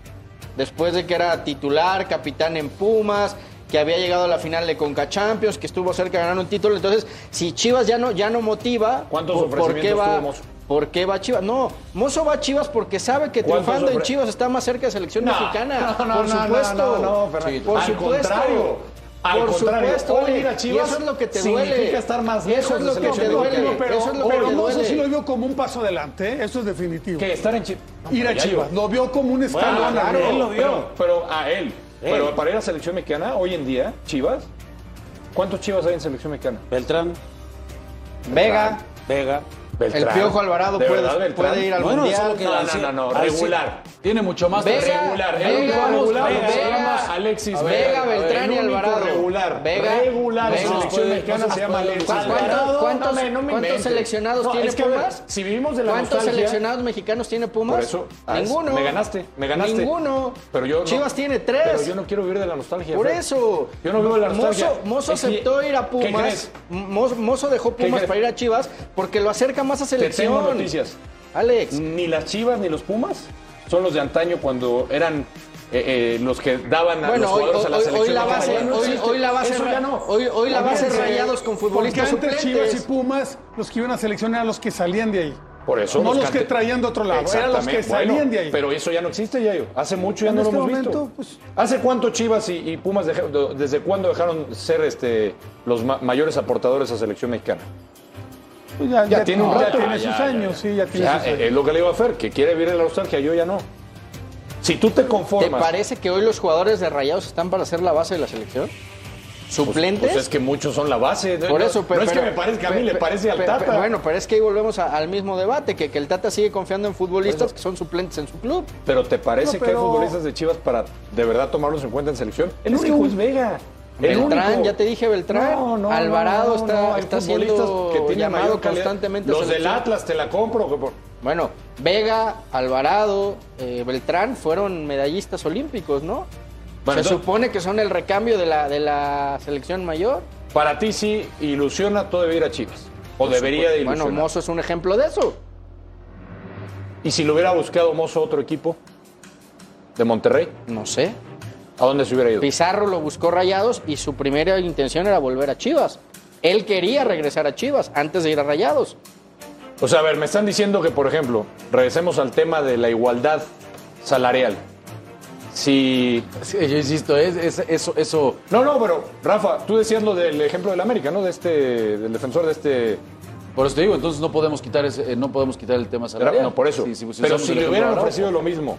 [SPEAKER 4] Después de que era titular, capitán en Pumas, que había llegado a la final de Conca Champions, que estuvo cerca de ganar un título. Entonces, si Chivas ya no, ya no motiva,
[SPEAKER 3] ¿Cuántos
[SPEAKER 4] ¿por, por qué
[SPEAKER 3] ofrecimientos
[SPEAKER 4] va?
[SPEAKER 3] tuvo Mozo?
[SPEAKER 4] ¿Por qué va Chivas? No, Mozo va a Chivas porque sabe que
[SPEAKER 3] ¿Cuántos
[SPEAKER 4] triunfando en
[SPEAKER 3] ofre-
[SPEAKER 4] Chivas está más cerca de selección mexicana.
[SPEAKER 3] No, no,
[SPEAKER 4] por
[SPEAKER 3] no,
[SPEAKER 4] supuesto.
[SPEAKER 3] No, no, no, Fernando.
[SPEAKER 5] Sí,
[SPEAKER 4] por
[SPEAKER 3] al
[SPEAKER 4] supuesto.
[SPEAKER 3] contrario. Al
[SPEAKER 4] Por
[SPEAKER 3] contrario,
[SPEAKER 4] supuesto,
[SPEAKER 3] hoy
[SPEAKER 4] Ale.
[SPEAKER 3] ir a
[SPEAKER 4] Y
[SPEAKER 3] Chivas
[SPEAKER 4] eso es lo que te
[SPEAKER 3] significa
[SPEAKER 4] duele.
[SPEAKER 3] estar más
[SPEAKER 4] Eso
[SPEAKER 3] lejos
[SPEAKER 4] es
[SPEAKER 3] de
[SPEAKER 4] lo que
[SPEAKER 3] selección
[SPEAKER 4] te
[SPEAKER 7] No,
[SPEAKER 3] mexicana.
[SPEAKER 4] duele.
[SPEAKER 7] digo, pero
[SPEAKER 4] Eso es lo que
[SPEAKER 7] pero
[SPEAKER 4] me
[SPEAKER 7] Mozo
[SPEAKER 4] duele.
[SPEAKER 7] sí lo vio como un paso adelante, ¿eh? eso es definitivo.
[SPEAKER 3] Que estar en Chivas.
[SPEAKER 7] Ir a Chivas, lo vio como un escalón.
[SPEAKER 3] Bueno,
[SPEAKER 7] arriba.
[SPEAKER 3] claro,
[SPEAKER 6] él lo vio.
[SPEAKER 3] Pero, pero a él. Pero para ir a selección mexicana, hoy en día, Chivas, ¿cuántos Chivas hay en selección mexicana?
[SPEAKER 6] Beltrán,
[SPEAKER 4] Vega,
[SPEAKER 6] Vega.
[SPEAKER 4] el Piojo Alvarado
[SPEAKER 3] ¿De
[SPEAKER 4] puede,
[SPEAKER 3] verdad, Beltrán?
[SPEAKER 4] puede ir al
[SPEAKER 6] Bueno,
[SPEAKER 4] Mundial.
[SPEAKER 6] solo que
[SPEAKER 3] No, no, no, no,
[SPEAKER 6] Así-
[SPEAKER 3] regular.
[SPEAKER 5] Tiene mucho más
[SPEAKER 4] Vega,
[SPEAKER 3] Regular, el único
[SPEAKER 4] Vega,
[SPEAKER 3] regular,
[SPEAKER 4] Vega,
[SPEAKER 3] se llama Alexis
[SPEAKER 4] Vega, Beltrán
[SPEAKER 3] el
[SPEAKER 4] y
[SPEAKER 3] único
[SPEAKER 4] Alvarado.
[SPEAKER 3] regular,
[SPEAKER 4] Vega,
[SPEAKER 3] regular en
[SPEAKER 4] Vega.
[SPEAKER 3] selección
[SPEAKER 5] No se
[SPEAKER 3] mexicana se llama Alexis.
[SPEAKER 4] ¿Cuántos-
[SPEAKER 3] Alvarado,
[SPEAKER 4] cuántos-
[SPEAKER 3] no me- no me
[SPEAKER 4] cuántos
[SPEAKER 3] inventes.
[SPEAKER 4] seleccionados tiene
[SPEAKER 3] es que, a ver,
[SPEAKER 4] Pumas?
[SPEAKER 3] Si vivimos de la
[SPEAKER 4] ¿Cuántos
[SPEAKER 3] nostalgia,
[SPEAKER 4] seleccionados mexicanos tiene Pumas?
[SPEAKER 3] Por eso, ah, es-
[SPEAKER 4] Ninguno.
[SPEAKER 3] me ganaste, me ganaste.
[SPEAKER 4] Ninguno.
[SPEAKER 3] Pero yo no-
[SPEAKER 4] Chivas tiene tres.
[SPEAKER 3] Pero yo no quiero vivir de la nostalgia.
[SPEAKER 4] Por
[SPEAKER 3] Fer.
[SPEAKER 4] eso.
[SPEAKER 3] Yo no vivo de la nostalgia.
[SPEAKER 4] Mozo, Mozo
[SPEAKER 3] Es que-
[SPEAKER 4] aceptó ir a
[SPEAKER 3] ¿qué
[SPEAKER 4] Pumas.
[SPEAKER 3] crees?
[SPEAKER 4] M- Mozo, Mozo dejó Pumas
[SPEAKER 3] crees?
[SPEAKER 4] para ir a Chivas porque lo acerca más a
[SPEAKER 3] Te
[SPEAKER 4] selección.
[SPEAKER 3] tengo noticias.
[SPEAKER 4] Alex,
[SPEAKER 3] Ni las Chivas ni los Pumas son los de antaño cuando eran eh, eh, los que daban a
[SPEAKER 4] Bueno,
[SPEAKER 3] los
[SPEAKER 4] hoy,
[SPEAKER 3] jugadores a la
[SPEAKER 4] hoy- hoy
[SPEAKER 3] selección.
[SPEAKER 4] la base,
[SPEAKER 3] mexicana. Ya no
[SPEAKER 4] hoy,
[SPEAKER 3] existe.
[SPEAKER 4] hoy la base,
[SPEAKER 3] Eso
[SPEAKER 4] ra-
[SPEAKER 3] ya no.
[SPEAKER 4] hoy, hoy la base
[SPEAKER 3] Olvídense.
[SPEAKER 4] rayados con
[SPEAKER 7] Porque
[SPEAKER 4] futbolistas
[SPEAKER 7] antes
[SPEAKER 4] suplentes.
[SPEAKER 7] Chivas y Pumas, los que iban a selección eran los que salían de ahí.
[SPEAKER 3] Por eso
[SPEAKER 7] No los
[SPEAKER 3] cante-
[SPEAKER 7] que traían de otro lado, eran los que
[SPEAKER 3] Exactamente.
[SPEAKER 7] salían
[SPEAKER 3] Bueno,
[SPEAKER 7] de ahí.
[SPEAKER 3] Pero eso ya no existe, Yayo. Hace mucho ya
[SPEAKER 7] En
[SPEAKER 3] no
[SPEAKER 7] este
[SPEAKER 3] lo hemos
[SPEAKER 7] momento,
[SPEAKER 3] visto.
[SPEAKER 7] pues-
[SPEAKER 3] ¿Hace cuánto Chivas y, y Pumas dejaron- de- desde cuándo dejaron ser este los ma- mayores aportadores a selección mexicana?
[SPEAKER 7] Pues ya,
[SPEAKER 3] ya tiene un
[SPEAKER 7] ya
[SPEAKER 3] rato.
[SPEAKER 7] tiene
[SPEAKER 3] Ya,
[SPEAKER 7] sus
[SPEAKER 3] ya,
[SPEAKER 7] años, sí, ya tiene
[SPEAKER 3] Ya,
[SPEAKER 7] sus
[SPEAKER 3] eh,
[SPEAKER 7] años.
[SPEAKER 3] es lo que le digo a Fer, que quiere vivir en la nostalgia, yo ya no. Si tú te
[SPEAKER 4] ¿Te
[SPEAKER 3] conformas,
[SPEAKER 4] parece que hoy los jugadores de Rayados están para ser la base de la selección? ¿Suplentes?
[SPEAKER 3] pues es que muchos son la base.
[SPEAKER 4] Por
[SPEAKER 3] No-
[SPEAKER 4] eso,
[SPEAKER 3] no,
[SPEAKER 4] pero-
[SPEAKER 3] es que
[SPEAKER 4] pero-
[SPEAKER 3] me parezca a mí,
[SPEAKER 4] pero-
[SPEAKER 3] le parece al
[SPEAKER 4] pero-
[SPEAKER 3] Tata.
[SPEAKER 4] pero- bueno, pero es que ahí volvemos a- al mismo debate, que, que el Tata sigue confiando en futbolistas que son suplentes en su club.
[SPEAKER 3] Pero ¿te parece
[SPEAKER 7] No,
[SPEAKER 3] que hay
[SPEAKER 7] pero-
[SPEAKER 3] futbolistas de Chivas para de verdad tomarlos en cuenta en selección? El
[SPEAKER 7] Es que
[SPEAKER 3] único
[SPEAKER 7] un-
[SPEAKER 3] es Vega. El
[SPEAKER 4] Beltrán,
[SPEAKER 3] único.
[SPEAKER 4] ya te dije Beltrán.
[SPEAKER 3] No, no,
[SPEAKER 4] Alvarado
[SPEAKER 3] no, no,
[SPEAKER 4] está,
[SPEAKER 3] no, hay
[SPEAKER 4] está
[SPEAKER 3] futbolistas
[SPEAKER 4] siendo
[SPEAKER 3] que tienen
[SPEAKER 4] llamado
[SPEAKER 3] mayor calidad.
[SPEAKER 4] constantemente. a
[SPEAKER 3] Los del
[SPEAKER 4] selección.
[SPEAKER 3] Atlas te la compro. que por-
[SPEAKER 4] Bueno, Vega, Alvarado, eh, Beltrán fueron medallistas olímpicos, ¿no?
[SPEAKER 3] Bueno,
[SPEAKER 4] Se
[SPEAKER 3] entonces-
[SPEAKER 4] supone que son el recambio de la, de la selección mayor.
[SPEAKER 3] Para ti sí ilusiona todo debería ir a Chivas. O debería de
[SPEAKER 4] pues, Bueno,
[SPEAKER 3] ilusionar.
[SPEAKER 4] Mozo es un ejemplo de eso.
[SPEAKER 3] y si lo hubiera buscado Mozo otro equipo de Monterrey,
[SPEAKER 4] No sé.
[SPEAKER 3] ¿a dónde se hubiera ido?
[SPEAKER 4] Pizarro lo buscó Rayados y su primera intención era volver a Chivas. Él quería regresar a Chivas antes de ir a Rayados.
[SPEAKER 3] O sea, a ver, me están diciendo que, por ejemplo, regresemos al tema de la igualdad salarial. Si
[SPEAKER 5] Sí, yo insisto, es, es- eso, eso.
[SPEAKER 3] No, no, pero Rafa, tú decías lo del ejemplo del América, ¿no? De este, del defensor de este.
[SPEAKER 5] Por eso te digo, entonces no podemos quitar, ese, eh, no podemos quitar el tema salarial.
[SPEAKER 3] No, por eso.
[SPEAKER 5] Sí, pues, sí, sí,
[SPEAKER 3] pero
[SPEAKER 5] usamos
[SPEAKER 3] si
[SPEAKER 5] el
[SPEAKER 3] le
[SPEAKER 5] ejemplo
[SPEAKER 3] hubieran
[SPEAKER 5] de Araujo.
[SPEAKER 3] ofrecido lo mismo,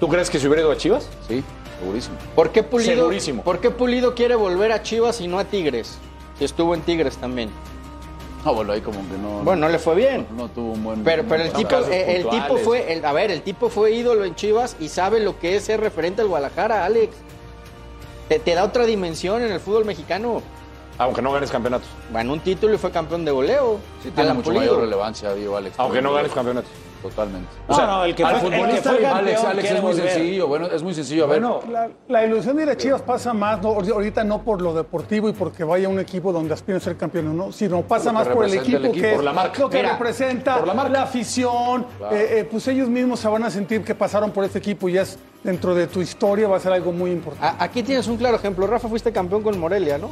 [SPEAKER 3] ¿tú crees que se hubiera ido a Chivas?
[SPEAKER 5] Sí, segurísimo.
[SPEAKER 4] ¿Por qué Pulido,
[SPEAKER 3] Segurísimo.
[SPEAKER 4] ¿por qué Pulido quiere volver a Chivas y no a Tigres? Si estuvo en Tigres también.
[SPEAKER 5] No, bueno, ahí como que no.
[SPEAKER 4] Bueno, no le fue bien.
[SPEAKER 5] No tuvo un buen.
[SPEAKER 4] Pero, pero el
[SPEAKER 5] no,
[SPEAKER 4] tipo,
[SPEAKER 5] casos
[SPEAKER 4] eh, el tipo
[SPEAKER 5] puntuales.
[SPEAKER 4] fue, el- a ver, el tipo fue ídolo en Chivas y sabe lo que es ser referente al Guadalajara, Alex. Te, te da otra dimensión en el fútbol mexicano.
[SPEAKER 3] Aunque no ganes campeonatos.
[SPEAKER 4] Ganó un título y fue campeón de goleo.
[SPEAKER 5] Sí, tiene
[SPEAKER 4] Alan
[SPEAKER 5] mucho
[SPEAKER 4] Pulido.
[SPEAKER 5] mayor relevancia, digo, Alex.
[SPEAKER 3] Aunque no ganes campeonatos.
[SPEAKER 5] Totalmente.
[SPEAKER 6] No, no, el que
[SPEAKER 5] al
[SPEAKER 6] fue- el que
[SPEAKER 5] futbolista,
[SPEAKER 6] fue
[SPEAKER 5] Alex,
[SPEAKER 6] campeón
[SPEAKER 5] Alex,
[SPEAKER 6] quiere
[SPEAKER 5] es muy
[SPEAKER 6] volver.
[SPEAKER 5] sencillo. Bueno, es muy sencillo. A ver,
[SPEAKER 6] Bueno,
[SPEAKER 7] La, la ilusión de ir a Chivas pasa más, no, ahorita no por lo deportivo y porque vaya un equipo donde aspiran a ser campeones, no, sino pasa
[SPEAKER 5] Por lo
[SPEAKER 7] más
[SPEAKER 5] que
[SPEAKER 7] por el
[SPEAKER 5] representa
[SPEAKER 7] equipo,
[SPEAKER 5] el equipo,
[SPEAKER 7] que
[SPEAKER 5] por la marca.
[SPEAKER 7] lo que
[SPEAKER 5] Mira,
[SPEAKER 7] representa,
[SPEAKER 5] por la
[SPEAKER 7] la,
[SPEAKER 5] marca.
[SPEAKER 7] afición, eh, eh, pues ellos mismos se van a sentir que pasaron por este equipo y ya es dentro de tu historia va a ser algo muy importante.
[SPEAKER 4] A- aquí tienes un claro ejemplo. Rafa, fuiste campeón con Morelia, ¿no?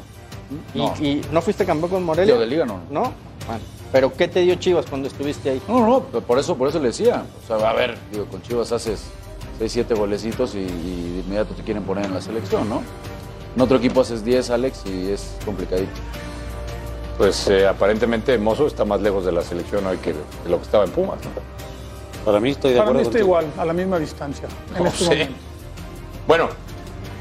[SPEAKER 4] Y- Y, no fuiste campeón con Morelia.
[SPEAKER 5] Yo de liga no.
[SPEAKER 4] ¿No? Bueno, pero ¿qué te dio Chivas cuando estuviste ahí?
[SPEAKER 5] No, no, no, por eso, por eso le decía. O sea, a ver, digo, con Chivas haces 6, 7 golecitos y, y de inmediato te quieren poner en la selección, ¿no? En otro equipo haces 10, Alex, y es complicadito.
[SPEAKER 3] Pues eh, aparentemente Mozo está más lejos de la selección hoy que que lo que estaba en Pumas. ¿no?
[SPEAKER 6] para mí estoy de
[SPEAKER 7] Para mí
[SPEAKER 6] acuerdo.
[SPEAKER 7] está
[SPEAKER 6] contigo.
[SPEAKER 7] igual, a la misma distancia. en
[SPEAKER 3] No
[SPEAKER 7] este
[SPEAKER 3] sé.
[SPEAKER 7] momento.
[SPEAKER 3] Bueno,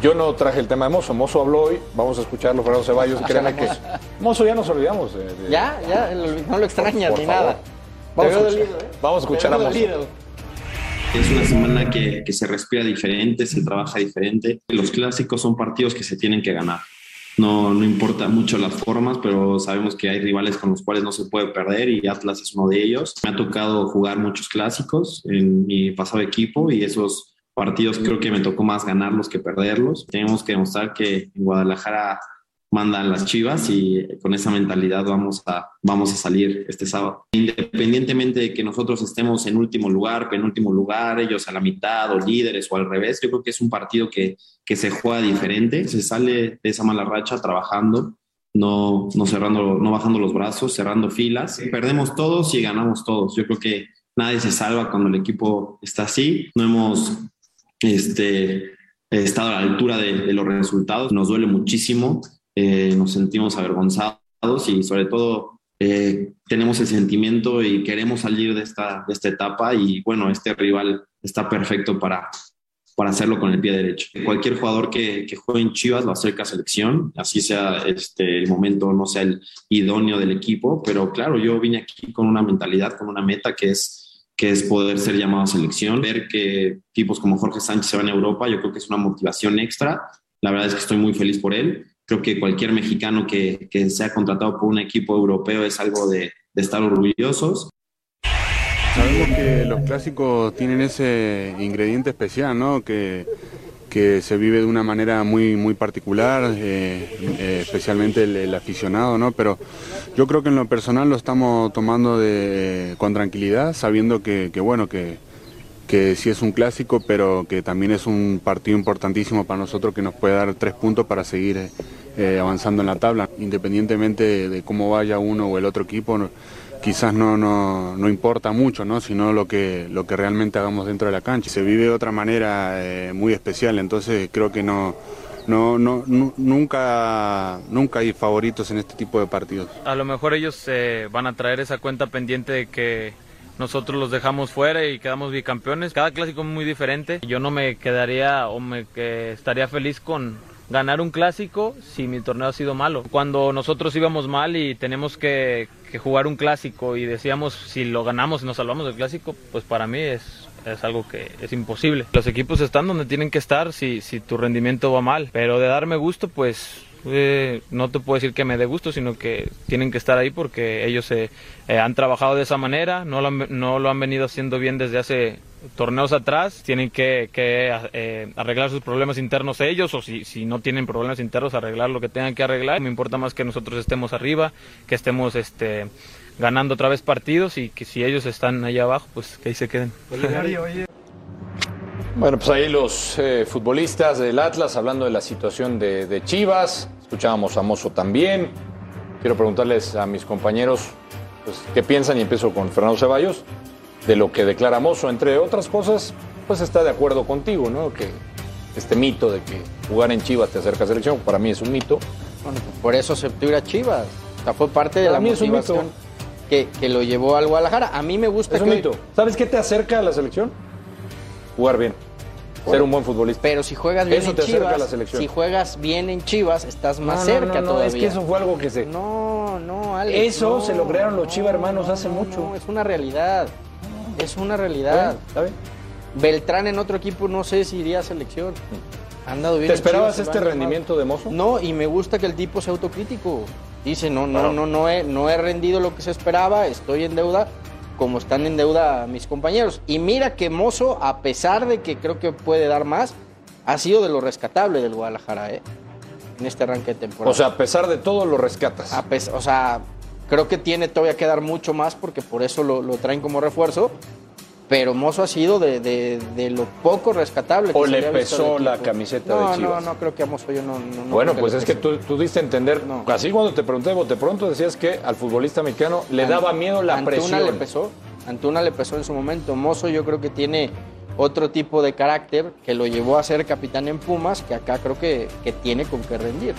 [SPEAKER 3] yo no traje el tema de Mozo. Mozo habló hoy. Vamos a escucharlo, Fernando Ceballos. Créanme que. Mozo, ya nos olvidamos. de- de-
[SPEAKER 4] Ya, ya, lo- no lo extrañas
[SPEAKER 3] Por
[SPEAKER 4] ni
[SPEAKER 3] favor.
[SPEAKER 4] nada.
[SPEAKER 3] Vamos
[SPEAKER 4] Te
[SPEAKER 3] a
[SPEAKER 4] veo
[SPEAKER 3] escuchar-
[SPEAKER 4] dolido, ¿eh?
[SPEAKER 3] vamos a
[SPEAKER 4] Te
[SPEAKER 3] escuchar
[SPEAKER 4] veo
[SPEAKER 3] a Mozo.
[SPEAKER 4] dolido.
[SPEAKER 1] Es una semana que, que se respira diferente, se trabaja diferente. Los clásicos son partidos que se tienen que ganar. No, no importa mucho las formas, pero sabemos que hay rivales con los cuales no se puede perder y Atlas es uno de ellos. Me ha tocado jugar muchos clásicos en mi pasado equipo y esos partidos creo que me tocó más ganarlos que perderlos. Tenemos que demostrar que en Guadalajara mandan las chivas y con esa mentalidad vamos a, vamos a salir este sábado. Independientemente de que nosotros estemos en último lugar, penúltimo lugar, ellos a la mitad o líderes o al revés, yo creo que es un partido que, que se juega diferente, se sale de esa mala racha trabajando, no, no, cerrando, no bajando los brazos, cerrando filas. Perdemos todos y ganamos todos. Yo creo que nadie se salva cuando el equipo está así. No hemos este, estado a la altura de, de los resultados. Nos duele muchísimo, eh, nos sentimos avergonzados y sobre todo eh, tenemos el sentimiento y queremos salir de esta, de esta etapa y bueno, este rival está perfecto para, para hacerlo con el pie derecho. Cualquier jugador que, que juegue en Chivas lo acerca a selección, así sea este, el momento, no sea el idóneo del equipo, pero claro, yo vine aquí con una mentalidad, con una meta que es que es poder ser llamado a selección, ver que tipos como Jorge Sánchez se van a Europa, yo creo que es una motivación extra, la verdad es que estoy muy feliz por él. Creo que cualquier mexicano que, que sea contratado por un equipo europeo es algo de, de estar orgullosos.
[SPEAKER 8] Sabemos que los clásicos tienen ese ingrediente especial, ¿no? Que, que se vive de una manera muy, muy particular, eh, eh, especialmente el, el aficionado, ¿no? Pero yo creo que en lo personal lo estamos tomando de, con tranquilidad, sabiendo que, que bueno, que, que sí es un clásico, pero que también es un partido importantísimo para nosotros que nos puede dar tres puntos para seguir eh, avanzando en la tabla. Independientemente de cómo vaya uno o el otro equipo, no- quizás no, no, no importa mucho, ¿no? sino lo que, lo que realmente hagamos dentro de la cancha. Se vive de otra manera eh, muy especial, entonces creo que no, no, no, nu- nunca, nunca hay favoritos en este tipo de partidos.
[SPEAKER 9] a lo mejor ellos se van a traer esa cuenta pendiente de que nosotros los dejamos fuera y quedamos bicampeones. Cada clásico es muy diferente. Yo no me quedaría o me que- estaría feliz con ganar un clásico si mi torneo ha sido malo. Cuando nosotros íbamos mal y tenemos que, que jugar un clásico y decíamos si lo ganamos y nos salvamos del clásico, pues para mí es es algo que es imposible. Los equipos están donde tienen que estar si, si tu rendimiento va mal. Pero de darme gusto, pues eh, no te puedo decir que me dé gusto, sino que tienen que estar ahí porque ellos se, eh, han trabajado de esa manera, no lo, han, no lo han venido haciendo bien desde hace torneos atrás, tienen que, que, eh, arreglar sus problemas internos ellos o si, si no tienen problemas internos arreglar lo que tengan que arreglar. Me importa más que nosotros estemos arriba, que estemos este, ganando otra vez partidos y que si ellos están allá abajo, pues que ahí se queden.
[SPEAKER 3] Bueno, pues ahí los eh, futbolistas del Atlas hablando de la situación de, de Chivas. Escuchábamos a Mozo también. Quiero preguntarles a mis compañeros pues, qué piensan, y empiezo con Fernando Ceballos, de lo que declara Mozo. Entre otras cosas, pues está de acuerdo contigo, ¿no? Que este mito de que jugar en Chivas te acerca a selección, para mí es un mito.
[SPEAKER 4] Bueno, por eso aceptó ir a Chivas. O sea, fue parte de
[SPEAKER 3] Para
[SPEAKER 4] la
[SPEAKER 3] mí es un
[SPEAKER 4] motivación
[SPEAKER 3] mito.
[SPEAKER 4] que, que lo llevó al Guadalajara. A mí me gusta
[SPEAKER 3] Es
[SPEAKER 4] que
[SPEAKER 3] un
[SPEAKER 4] hoy-
[SPEAKER 3] mito. ¿Sabes qué te acerca a la selección? Jugar bien. ser un buen futbolista.
[SPEAKER 4] Pero si juegas bien
[SPEAKER 3] Eso
[SPEAKER 4] en
[SPEAKER 3] te acerca
[SPEAKER 4] Chivas,
[SPEAKER 3] a la selección.
[SPEAKER 4] si juegas bien en Chivas, estás
[SPEAKER 10] No,
[SPEAKER 4] más
[SPEAKER 10] no, no,
[SPEAKER 4] cerca
[SPEAKER 10] no,
[SPEAKER 4] todavía.
[SPEAKER 10] es que eso fue algo que se.
[SPEAKER 4] No, no, Alex.
[SPEAKER 10] Eso
[SPEAKER 4] no,
[SPEAKER 10] se lograron los
[SPEAKER 4] no,
[SPEAKER 10] Chivas hermanos
[SPEAKER 4] no,
[SPEAKER 10] hace
[SPEAKER 4] no,
[SPEAKER 10] mucho.
[SPEAKER 4] no, es una realidad. Es una
[SPEAKER 10] ¿Está
[SPEAKER 4] realidad.
[SPEAKER 10] bien? ¿Está bien?
[SPEAKER 4] Beltrán en otro equipo no sé si iría a selección. Ha andado bien.
[SPEAKER 3] ¿Te
[SPEAKER 4] en
[SPEAKER 3] esperabas
[SPEAKER 4] Chivas,
[SPEAKER 3] este
[SPEAKER 4] Iván Román.
[SPEAKER 3] rendimiento de Mozo?
[SPEAKER 4] No, y me gusta que el tipo sea autocrítico. Dice, no, no, no, no he, no he rendido lo que se esperaba, estoy en deuda, como están en deuda mis compañeros. Y mira que Mozo, a pesar de que creo que puede dar más, ha sido de lo rescatable del Guadalajara, ¿eh? En este arranque de temporada.
[SPEAKER 3] O sea, a pesar de todo, lo rescatas.
[SPEAKER 4] A pes- o sea, creo que tiene todavía que dar mucho más porque por eso lo, lo traen como refuerzo. Pero Mozo ha sido de, de- de lo poco rescatable. que
[SPEAKER 3] ¿O
[SPEAKER 4] se
[SPEAKER 3] le
[SPEAKER 4] había visto
[SPEAKER 3] pesó
[SPEAKER 4] al
[SPEAKER 3] la
[SPEAKER 4] equipo.
[SPEAKER 3] camiseta
[SPEAKER 4] No,
[SPEAKER 3] de Chivas?
[SPEAKER 4] No, no, creo que a Mozo yo no. no- no
[SPEAKER 3] Bueno,
[SPEAKER 4] creo
[SPEAKER 3] pues
[SPEAKER 4] le
[SPEAKER 3] es que
[SPEAKER 4] pesó.
[SPEAKER 3] tú, tú diste a entender,
[SPEAKER 4] No.
[SPEAKER 3] así cuando te pregunté de bote pronto, decías que al futbolista mexicano le
[SPEAKER 4] Ant-
[SPEAKER 3] daba miedo la
[SPEAKER 4] Antuna
[SPEAKER 3] presión.
[SPEAKER 4] le pesó. Antuna le pesó en su momento. Mozo yo creo que tiene otro tipo de carácter que lo llevó a ser capitán en Pumas, que acá creo que, que tiene con qué rendir.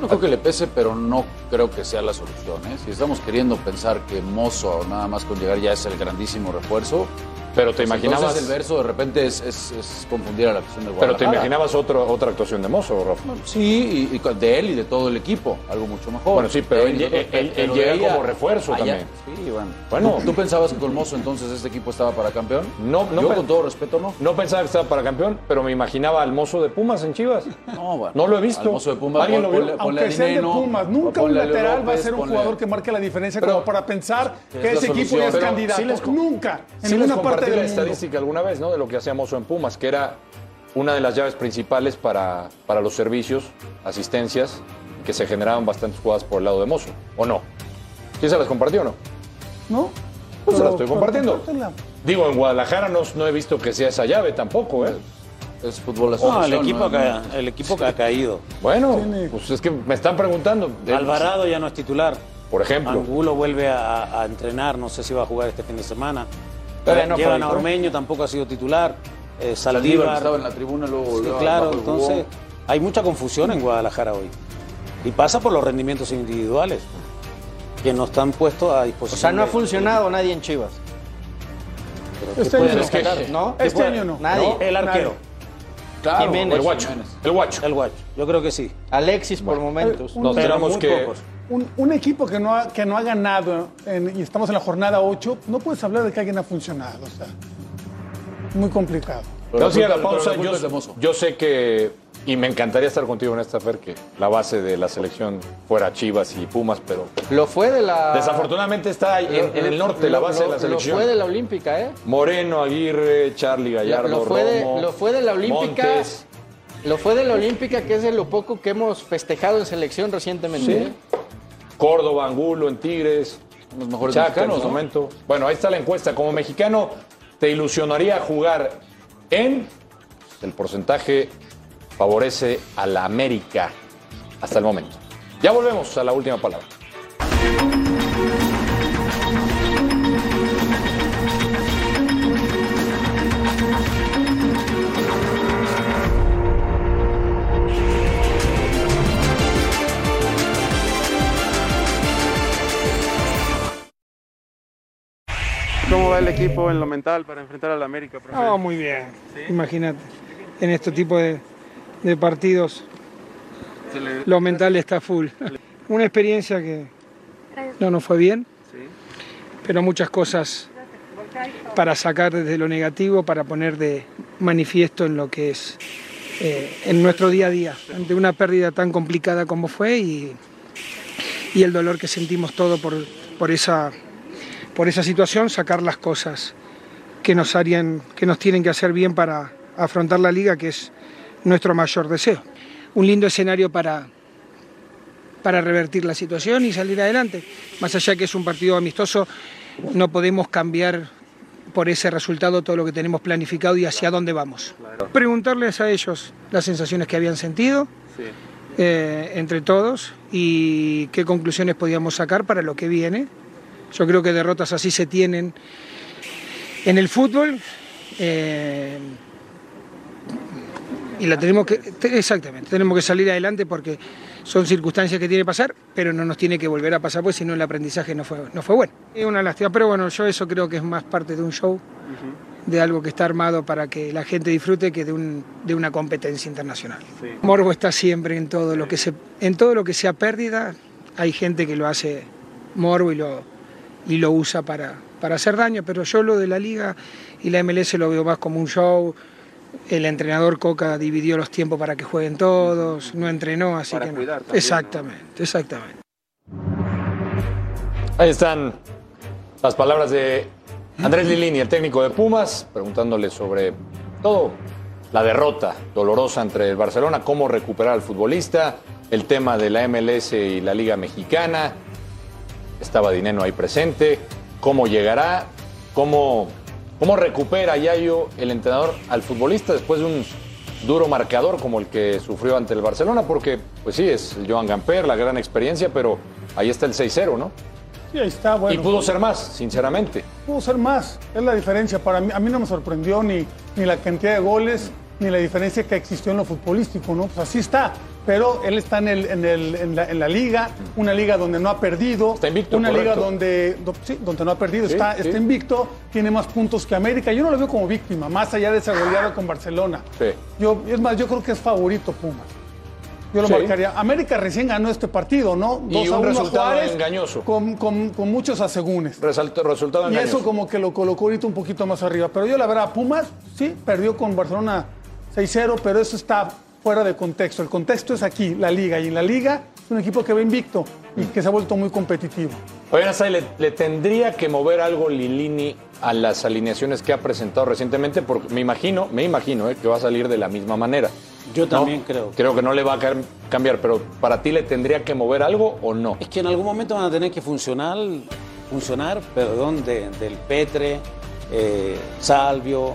[SPEAKER 5] No creo que le pese, pero no creo que sea la solución. ¿eh? Si estamos queriendo pensar que Mozo nada más con llegar ya es el grandísimo refuerzo, pues
[SPEAKER 3] Pero te imaginabas,
[SPEAKER 5] entonces el verso de repente es, es- es confundir a la afición del
[SPEAKER 3] pero te
[SPEAKER 5] Guadalajara.
[SPEAKER 3] imaginabas otro, otra actuación de Mozo, Rafa.
[SPEAKER 5] Sí, y, y con- de él y de todo el equipo, algo mucho mejor.
[SPEAKER 3] Bueno, sí, pero
[SPEAKER 5] De
[SPEAKER 3] él
[SPEAKER 5] y de todo el
[SPEAKER 3] lle-
[SPEAKER 5] equipo,
[SPEAKER 3] él- él
[SPEAKER 5] pero
[SPEAKER 3] llega
[SPEAKER 5] de ahí a-
[SPEAKER 3] como refuerzo
[SPEAKER 5] allá-
[SPEAKER 3] también.
[SPEAKER 5] Sí, bueno.
[SPEAKER 3] Bueno.
[SPEAKER 5] ¿Tú, tú pensabas que con Mozo entonces este equipo estaba para campeón?
[SPEAKER 3] No, no
[SPEAKER 5] Yo
[SPEAKER 3] pe-
[SPEAKER 5] con todo respeto no.
[SPEAKER 3] No pensaba que estaba para campeón, pero me imaginaba al Mozo de Pumas en Chivas.
[SPEAKER 5] No, bueno.
[SPEAKER 3] No lo he visto.
[SPEAKER 5] Al Mozo de Pumas,
[SPEAKER 3] ¿Alguien lo vio?
[SPEAKER 5] ponle- ponle a
[SPEAKER 7] Aunque sea de
[SPEAKER 5] Dineno,
[SPEAKER 7] Pumas, nunca un
[SPEAKER 5] ponle Leo
[SPEAKER 7] lateral va a
[SPEAKER 5] López,
[SPEAKER 7] ser un
[SPEAKER 5] ponle-
[SPEAKER 7] jugador que marque la diferencia
[SPEAKER 5] Pero-
[SPEAKER 7] como para pensar
[SPEAKER 5] Es
[SPEAKER 7] que
[SPEAKER 5] la
[SPEAKER 7] ese equipo
[SPEAKER 5] solución.
[SPEAKER 7] ya es
[SPEAKER 5] Pero-
[SPEAKER 7] candidato.
[SPEAKER 3] sí les-
[SPEAKER 7] nunca, en
[SPEAKER 3] sí les
[SPEAKER 7] ninguna parte
[SPEAKER 3] compartí
[SPEAKER 7] del
[SPEAKER 3] la
[SPEAKER 7] mundo.
[SPEAKER 3] estadística alguna vez, ¿no? De lo que hacía Mozo en Pumas, que era una de las llaves principales para, para los servicios, asistencias, que se generaban bastantes jugadas por el lado de Mozo, ¿o no? ¿Sí se las compartió o no?
[SPEAKER 7] ¿No?
[SPEAKER 3] Pues se
[SPEAKER 7] Pero-
[SPEAKER 3] la estoy
[SPEAKER 7] pero
[SPEAKER 3] compartiendo.
[SPEAKER 7] compártela.
[SPEAKER 3] Digo, en Guadalajara no, no he visto que sea esa llave tampoco, ¿eh?
[SPEAKER 5] Es fútbol
[SPEAKER 6] No, el
[SPEAKER 5] asociación,
[SPEAKER 6] equipo,
[SPEAKER 5] no-
[SPEAKER 6] acá- Ah, el equipo que ha caído.
[SPEAKER 3] Bueno,
[SPEAKER 7] Tiene-
[SPEAKER 3] pues es que me están preguntando. Eh,
[SPEAKER 6] Alvarado ya no es titular.
[SPEAKER 3] Por ejemplo.
[SPEAKER 6] Angulo vuelve a, a entrenar, no sé si va a jugar este fin de semana.
[SPEAKER 3] Todavía no,
[SPEAKER 6] Llevan a
[SPEAKER 3] Fabito.
[SPEAKER 6] Ormeño, tampoco ha sido titular. Eh,
[SPEAKER 5] Saldívar que
[SPEAKER 6] Saldívar.
[SPEAKER 5] estaba en la tribuna, luego
[SPEAKER 6] Sí,
[SPEAKER 5] volvió
[SPEAKER 6] claro,
[SPEAKER 5] abajo y jugó.
[SPEAKER 6] entonces hay mucha confusión en Guadalajara hoy. Y pasa por los rendimientos individuales, que no están puestos a
[SPEAKER 4] O
[SPEAKER 6] disposición.
[SPEAKER 4] sea, no ha
[SPEAKER 6] de-
[SPEAKER 4] funcionado nadie en Chivas.
[SPEAKER 7] Este año
[SPEAKER 4] Puedes
[SPEAKER 7] no.
[SPEAKER 4] rescatar, ¿no?
[SPEAKER 7] Este
[SPEAKER 6] Después-
[SPEAKER 7] año no.
[SPEAKER 4] Nadie.
[SPEAKER 6] El arquero,
[SPEAKER 5] Claro,
[SPEAKER 4] Jiménez.
[SPEAKER 5] el
[SPEAKER 3] el guacho. El guacho.
[SPEAKER 6] el guacho. Yo creo que sí.
[SPEAKER 4] Alexis por momentos.
[SPEAKER 7] un-
[SPEAKER 3] Nos
[SPEAKER 6] Pero
[SPEAKER 3] tenemos
[SPEAKER 6] muy
[SPEAKER 3] que.
[SPEAKER 6] pocos.
[SPEAKER 7] Un, un equipo que no ha, que no ha ganado en- y estamos en la jornada 8, no puedes hablar de que alguien ha funcionado. O sea, muy complicado.
[SPEAKER 5] Pero
[SPEAKER 3] Vamos a ir a la
[SPEAKER 5] la culpa-
[SPEAKER 3] pausa.
[SPEAKER 5] pero la culpa es de Mozo.
[SPEAKER 3] Yo, yo sé que, y me encantaría estar contigo en esta, Fer, que la base de la selección fuera Chivas y Pumas, pero
[SPEAKER 4] Lo fue de la.
[SPEAKER 3] desafortunadamente está ahí en, en el norte la
[SPEAKER 4] lo-
[SPEAKER 3] base de la
[SPEAKER 4] lo- Lo fue de
[SPEAKER 3] selección.
[SPEAKER 4] la Olímpica, ¿eh?
[SPEAKER 3] Moreno, Aguirre, Charlie Gallardo,
[SPEAKER 4] lo, fue de,
[SPEAKER 3] Romo,
[SPEAKER 4] lo fue de la Olímpica.
[SPEAKER 3] Montes.
[SPEAKER 4] Lo fue de la Olímpica, que es de lo poco que hemos festejado en selección recientemente. ¿eh?
[SPEAKER 3] Córdoba, Angulo, en Tigres,
[SPEAKER 5] Los mejores
[SPEAKER 3] Chaca en
[SPEAKER 5] mexicanos,
[SPEAKER 3] su
[SPEAKER 5] ¿no?
[SPEAKER 3] momento. Bueno, ahí está la encuesta. Como mexicano, ¿te ilusionaría jugar en? El porcentaje favorece a la América hasta el momento. Ya volvemos a la última palabra.
[SPEAKER 11] ¿Cómo va el equipo en lo mental para enfrentar al América, profe?
[SPEAKER 12] No, Ah, muy bien. Imagínate, en este tipo de, de partidos
[SPEAKER 11] Se le-
[SPEAKER 12] lo mental está full. Una experiencia que no nos fue bien,
[SPEAKER 11] Sí.
[SPEAKER 12] pero muchas cosas para sacar desde lo negativo, para poner de manifiesto en lo que es eh, en nuestro día a día, ante una pérdida tan complicada como fue y, y el dolor que sentimos todo por, por, esa, por esa situación, sacar las cosas que nos, harían, que nos tienen que hacer bien para afrontar la liga, que es nuestro mayor deseo. Un lindo escenario para, para revertir la situación y salir adelante. Más allá que es un partido amistoso, no podemos cambiar por ese resultado todo lo que tenemos planificado y hacia dónde vamos. Preguntarles a ellos las sensaciones que habían sentido
[SPEAKER 11] Sí.
[SPEAKER 12] eh, entre todos y qué conclusiones podíamos sacar para lo que viene. Yo creo que derrotas así se tienen en el fútbol. eh, y la tenemos que, te- exactamente, tenemos que salir adelante porque son circunstancias que tiene que pasar, pero no nos tiene que volver a pasar, pues si no el aprendizaje no fue, no fue bueno. Es una lástima, pero bueno, yo eso creo que es más parte de un show, de algo que está armado para que la gente disfrute que de, un- de una competencia internacional. Morbo está siempre en todo lo que se, en todo lo que sea pérdida, hay gente que lo hace morbo y lo, y lo usa para, para hacer daño, pero yo lo de la liga y la MLS lo veo más como un show. El entrenador Coca dividió los tiempos para que jueguen todos, no entrenó, así
[SPEAKER 10] Para
[SPEAKER 12] que no.
[SPEAKER 10] cuidar también, ¿no?
[SPEAKER 12] exactamente, exactamente.
[SPEAKER 3] Ahí están las palabras de Andrés Lilini, el técnico de Pumas, preguntándole sobre todo la derrota dolorosa entre el Barcelona, cómo recuperar al futbolista, el tema de la MLS y la Liga Mexicana. Estaba Dineno ahí presente, cómo llegará, cómo, cómo recupera Yayo, el entrenador, al futbolista después de un duro marcador como el que sufrió ante el Barcelona, porque pues sí, es el Joan Gamper, la gran experiencia, pero ahí está el 6-0, ¿no?
[SPEAKER 7] Sí, ahí está, bueno. pues,
[SPEAKER 3] Y pudo ser más, sinceramente.
[SPEAKER 7] Pudo ser más, es la diferencia. Para mí, a mí no me sorprendió ni, ni la cantidad de goles, ni la diferencia que existió en lo futbolístico, ¿no? Pues así está. Pero él está en, el, en, el- en la, en la liga, una liga donde no ha perdido.
[SPEAKER 3] invicto,
[SPEAKER 7] Una liga
[SPEAKER 3] correcto.
[SPEAKER 7] donde, do- sí, donde no ha perdido.
[SPEAKER 3] Sí,
[SPEAKER 7] está,
[SPEAKER 3] sí.
[SPEAKER 7] está invicto, tiene más puntos que América. Yo no lo veo como víctima, más allá de esa goleada con Barcelona.
[SPEAKER 3] Sí.
[SPEAKER 7] Yo, es más, yo creo que es favorito Pumas. Yo lo
[SPEAKER 3] Sí.
[SPEAKER 7] marcaría. América recién ganó este partido, ¿no?
[SPEAKER 3] Y
[SPEAKER 7] Dos a uno
[SPEAKER 3] un
[SPEAKER 7] a
[SPEAKER 3] resultado
[SPEAKER 7] Juárez,
[SPEAKER 3] engañoso.
[SPEAKER 7] Con, con- con muchos asegúnes.
[SPEAKER 3] Resalto- resultado
[SPEAKER 7] Y
[SPEAKER 3] engañoso.
[SPEAKER 7] eso como que lo colocó ahorita un poquito más arriba. Pero yo la verdad, Pumas, sí, perdió con Barcelona 6-0, pero eso está fuera de contexto. El contexto es aquí, la liga. Y en la liga es un equipo que va invicto y que se ha vuelto muy competitivo.
[SPEAKER 3] Oye, Nasai, ¿le, le tendría que mover algo Lilini a las alineaciones que ha presentado recientemente? Porque me imagino, me imagino eh, que va a salir de la misma manera.
[SPEAKER 6] Yo también creo.
[SPEAKER 3] Creo que no le va a cam- cambiar, pero ¿para ti le tendría que mover algo o no?
[SPEAKER 6] Es que en algún momento van a tener que funcionar, funcionar perdón, de- del Petre, eh, Salvio,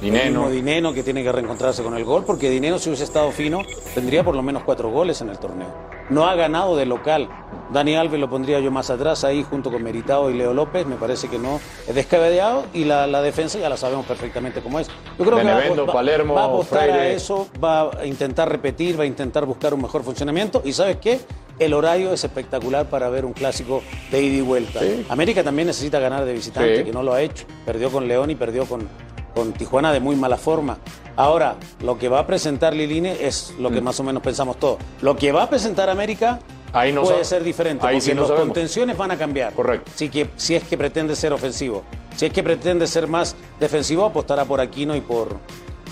[SPEAKER 3] Dineno.
[SPEAKER 6] el mismo Dineno que tiene que reencontrarse con el gol, porque Dineno si hubiese estado fino tendría por lo menos cuatro goles en el torneo. No ha ganado de local. Dani Alves lo pondría yo más atrás ahí junto con Meritado y Leo López, me parece que no es descabellado y la, la defensa ya la sabemos perfectamente cómo es. Yo creo que
[SPEAKER 3] Benevendo,
[SPEAKER 6] va a- va,
[SPEAKER 3] Palermo,
[SPEAKER 6] va a apostar a
[SPEAKER 3] Freire.
[SPEAKER 6] eso, va a intentar repetir, va a intentar buscar un mejor funcionamiento y ¿sabes qué? El horario es espectacular para ver un clásico de ida y vuelta.
[SPEAKER 3] Sí.
[SPEAKER 6] América también necesita ganar de visitante,
[SPEAKER 3] Sí.
[SPEAKER 6] que no lo ha hecho. Perdió con León y perdió con, con Tijuana de muy mala forma. Ahora, lo que va a presentar Liline es lo
[SPEAKER 3] Mm.
[SPEAKER 6] que más o menos pensamos todos. Lo que va a presentar América
[SPEAKER 3] Ahí no
[SPEAKER 6] puede
[SPEAKER 3] sab-
[SPEAKER 6] ser diferente,
[SPEAKER 3] ahí
[SPEAKER 6] porque
[SPEAKER 3] sí no
[SPEAKER 6] los
[SPEAKER 3] sabemos.
[SPEAKER 6] contenciones van a cambiar. Correcto. Si, que, si es que pretende ser ofensivo. Si es que pretende ser más defensivo, apostará por Aquino y por,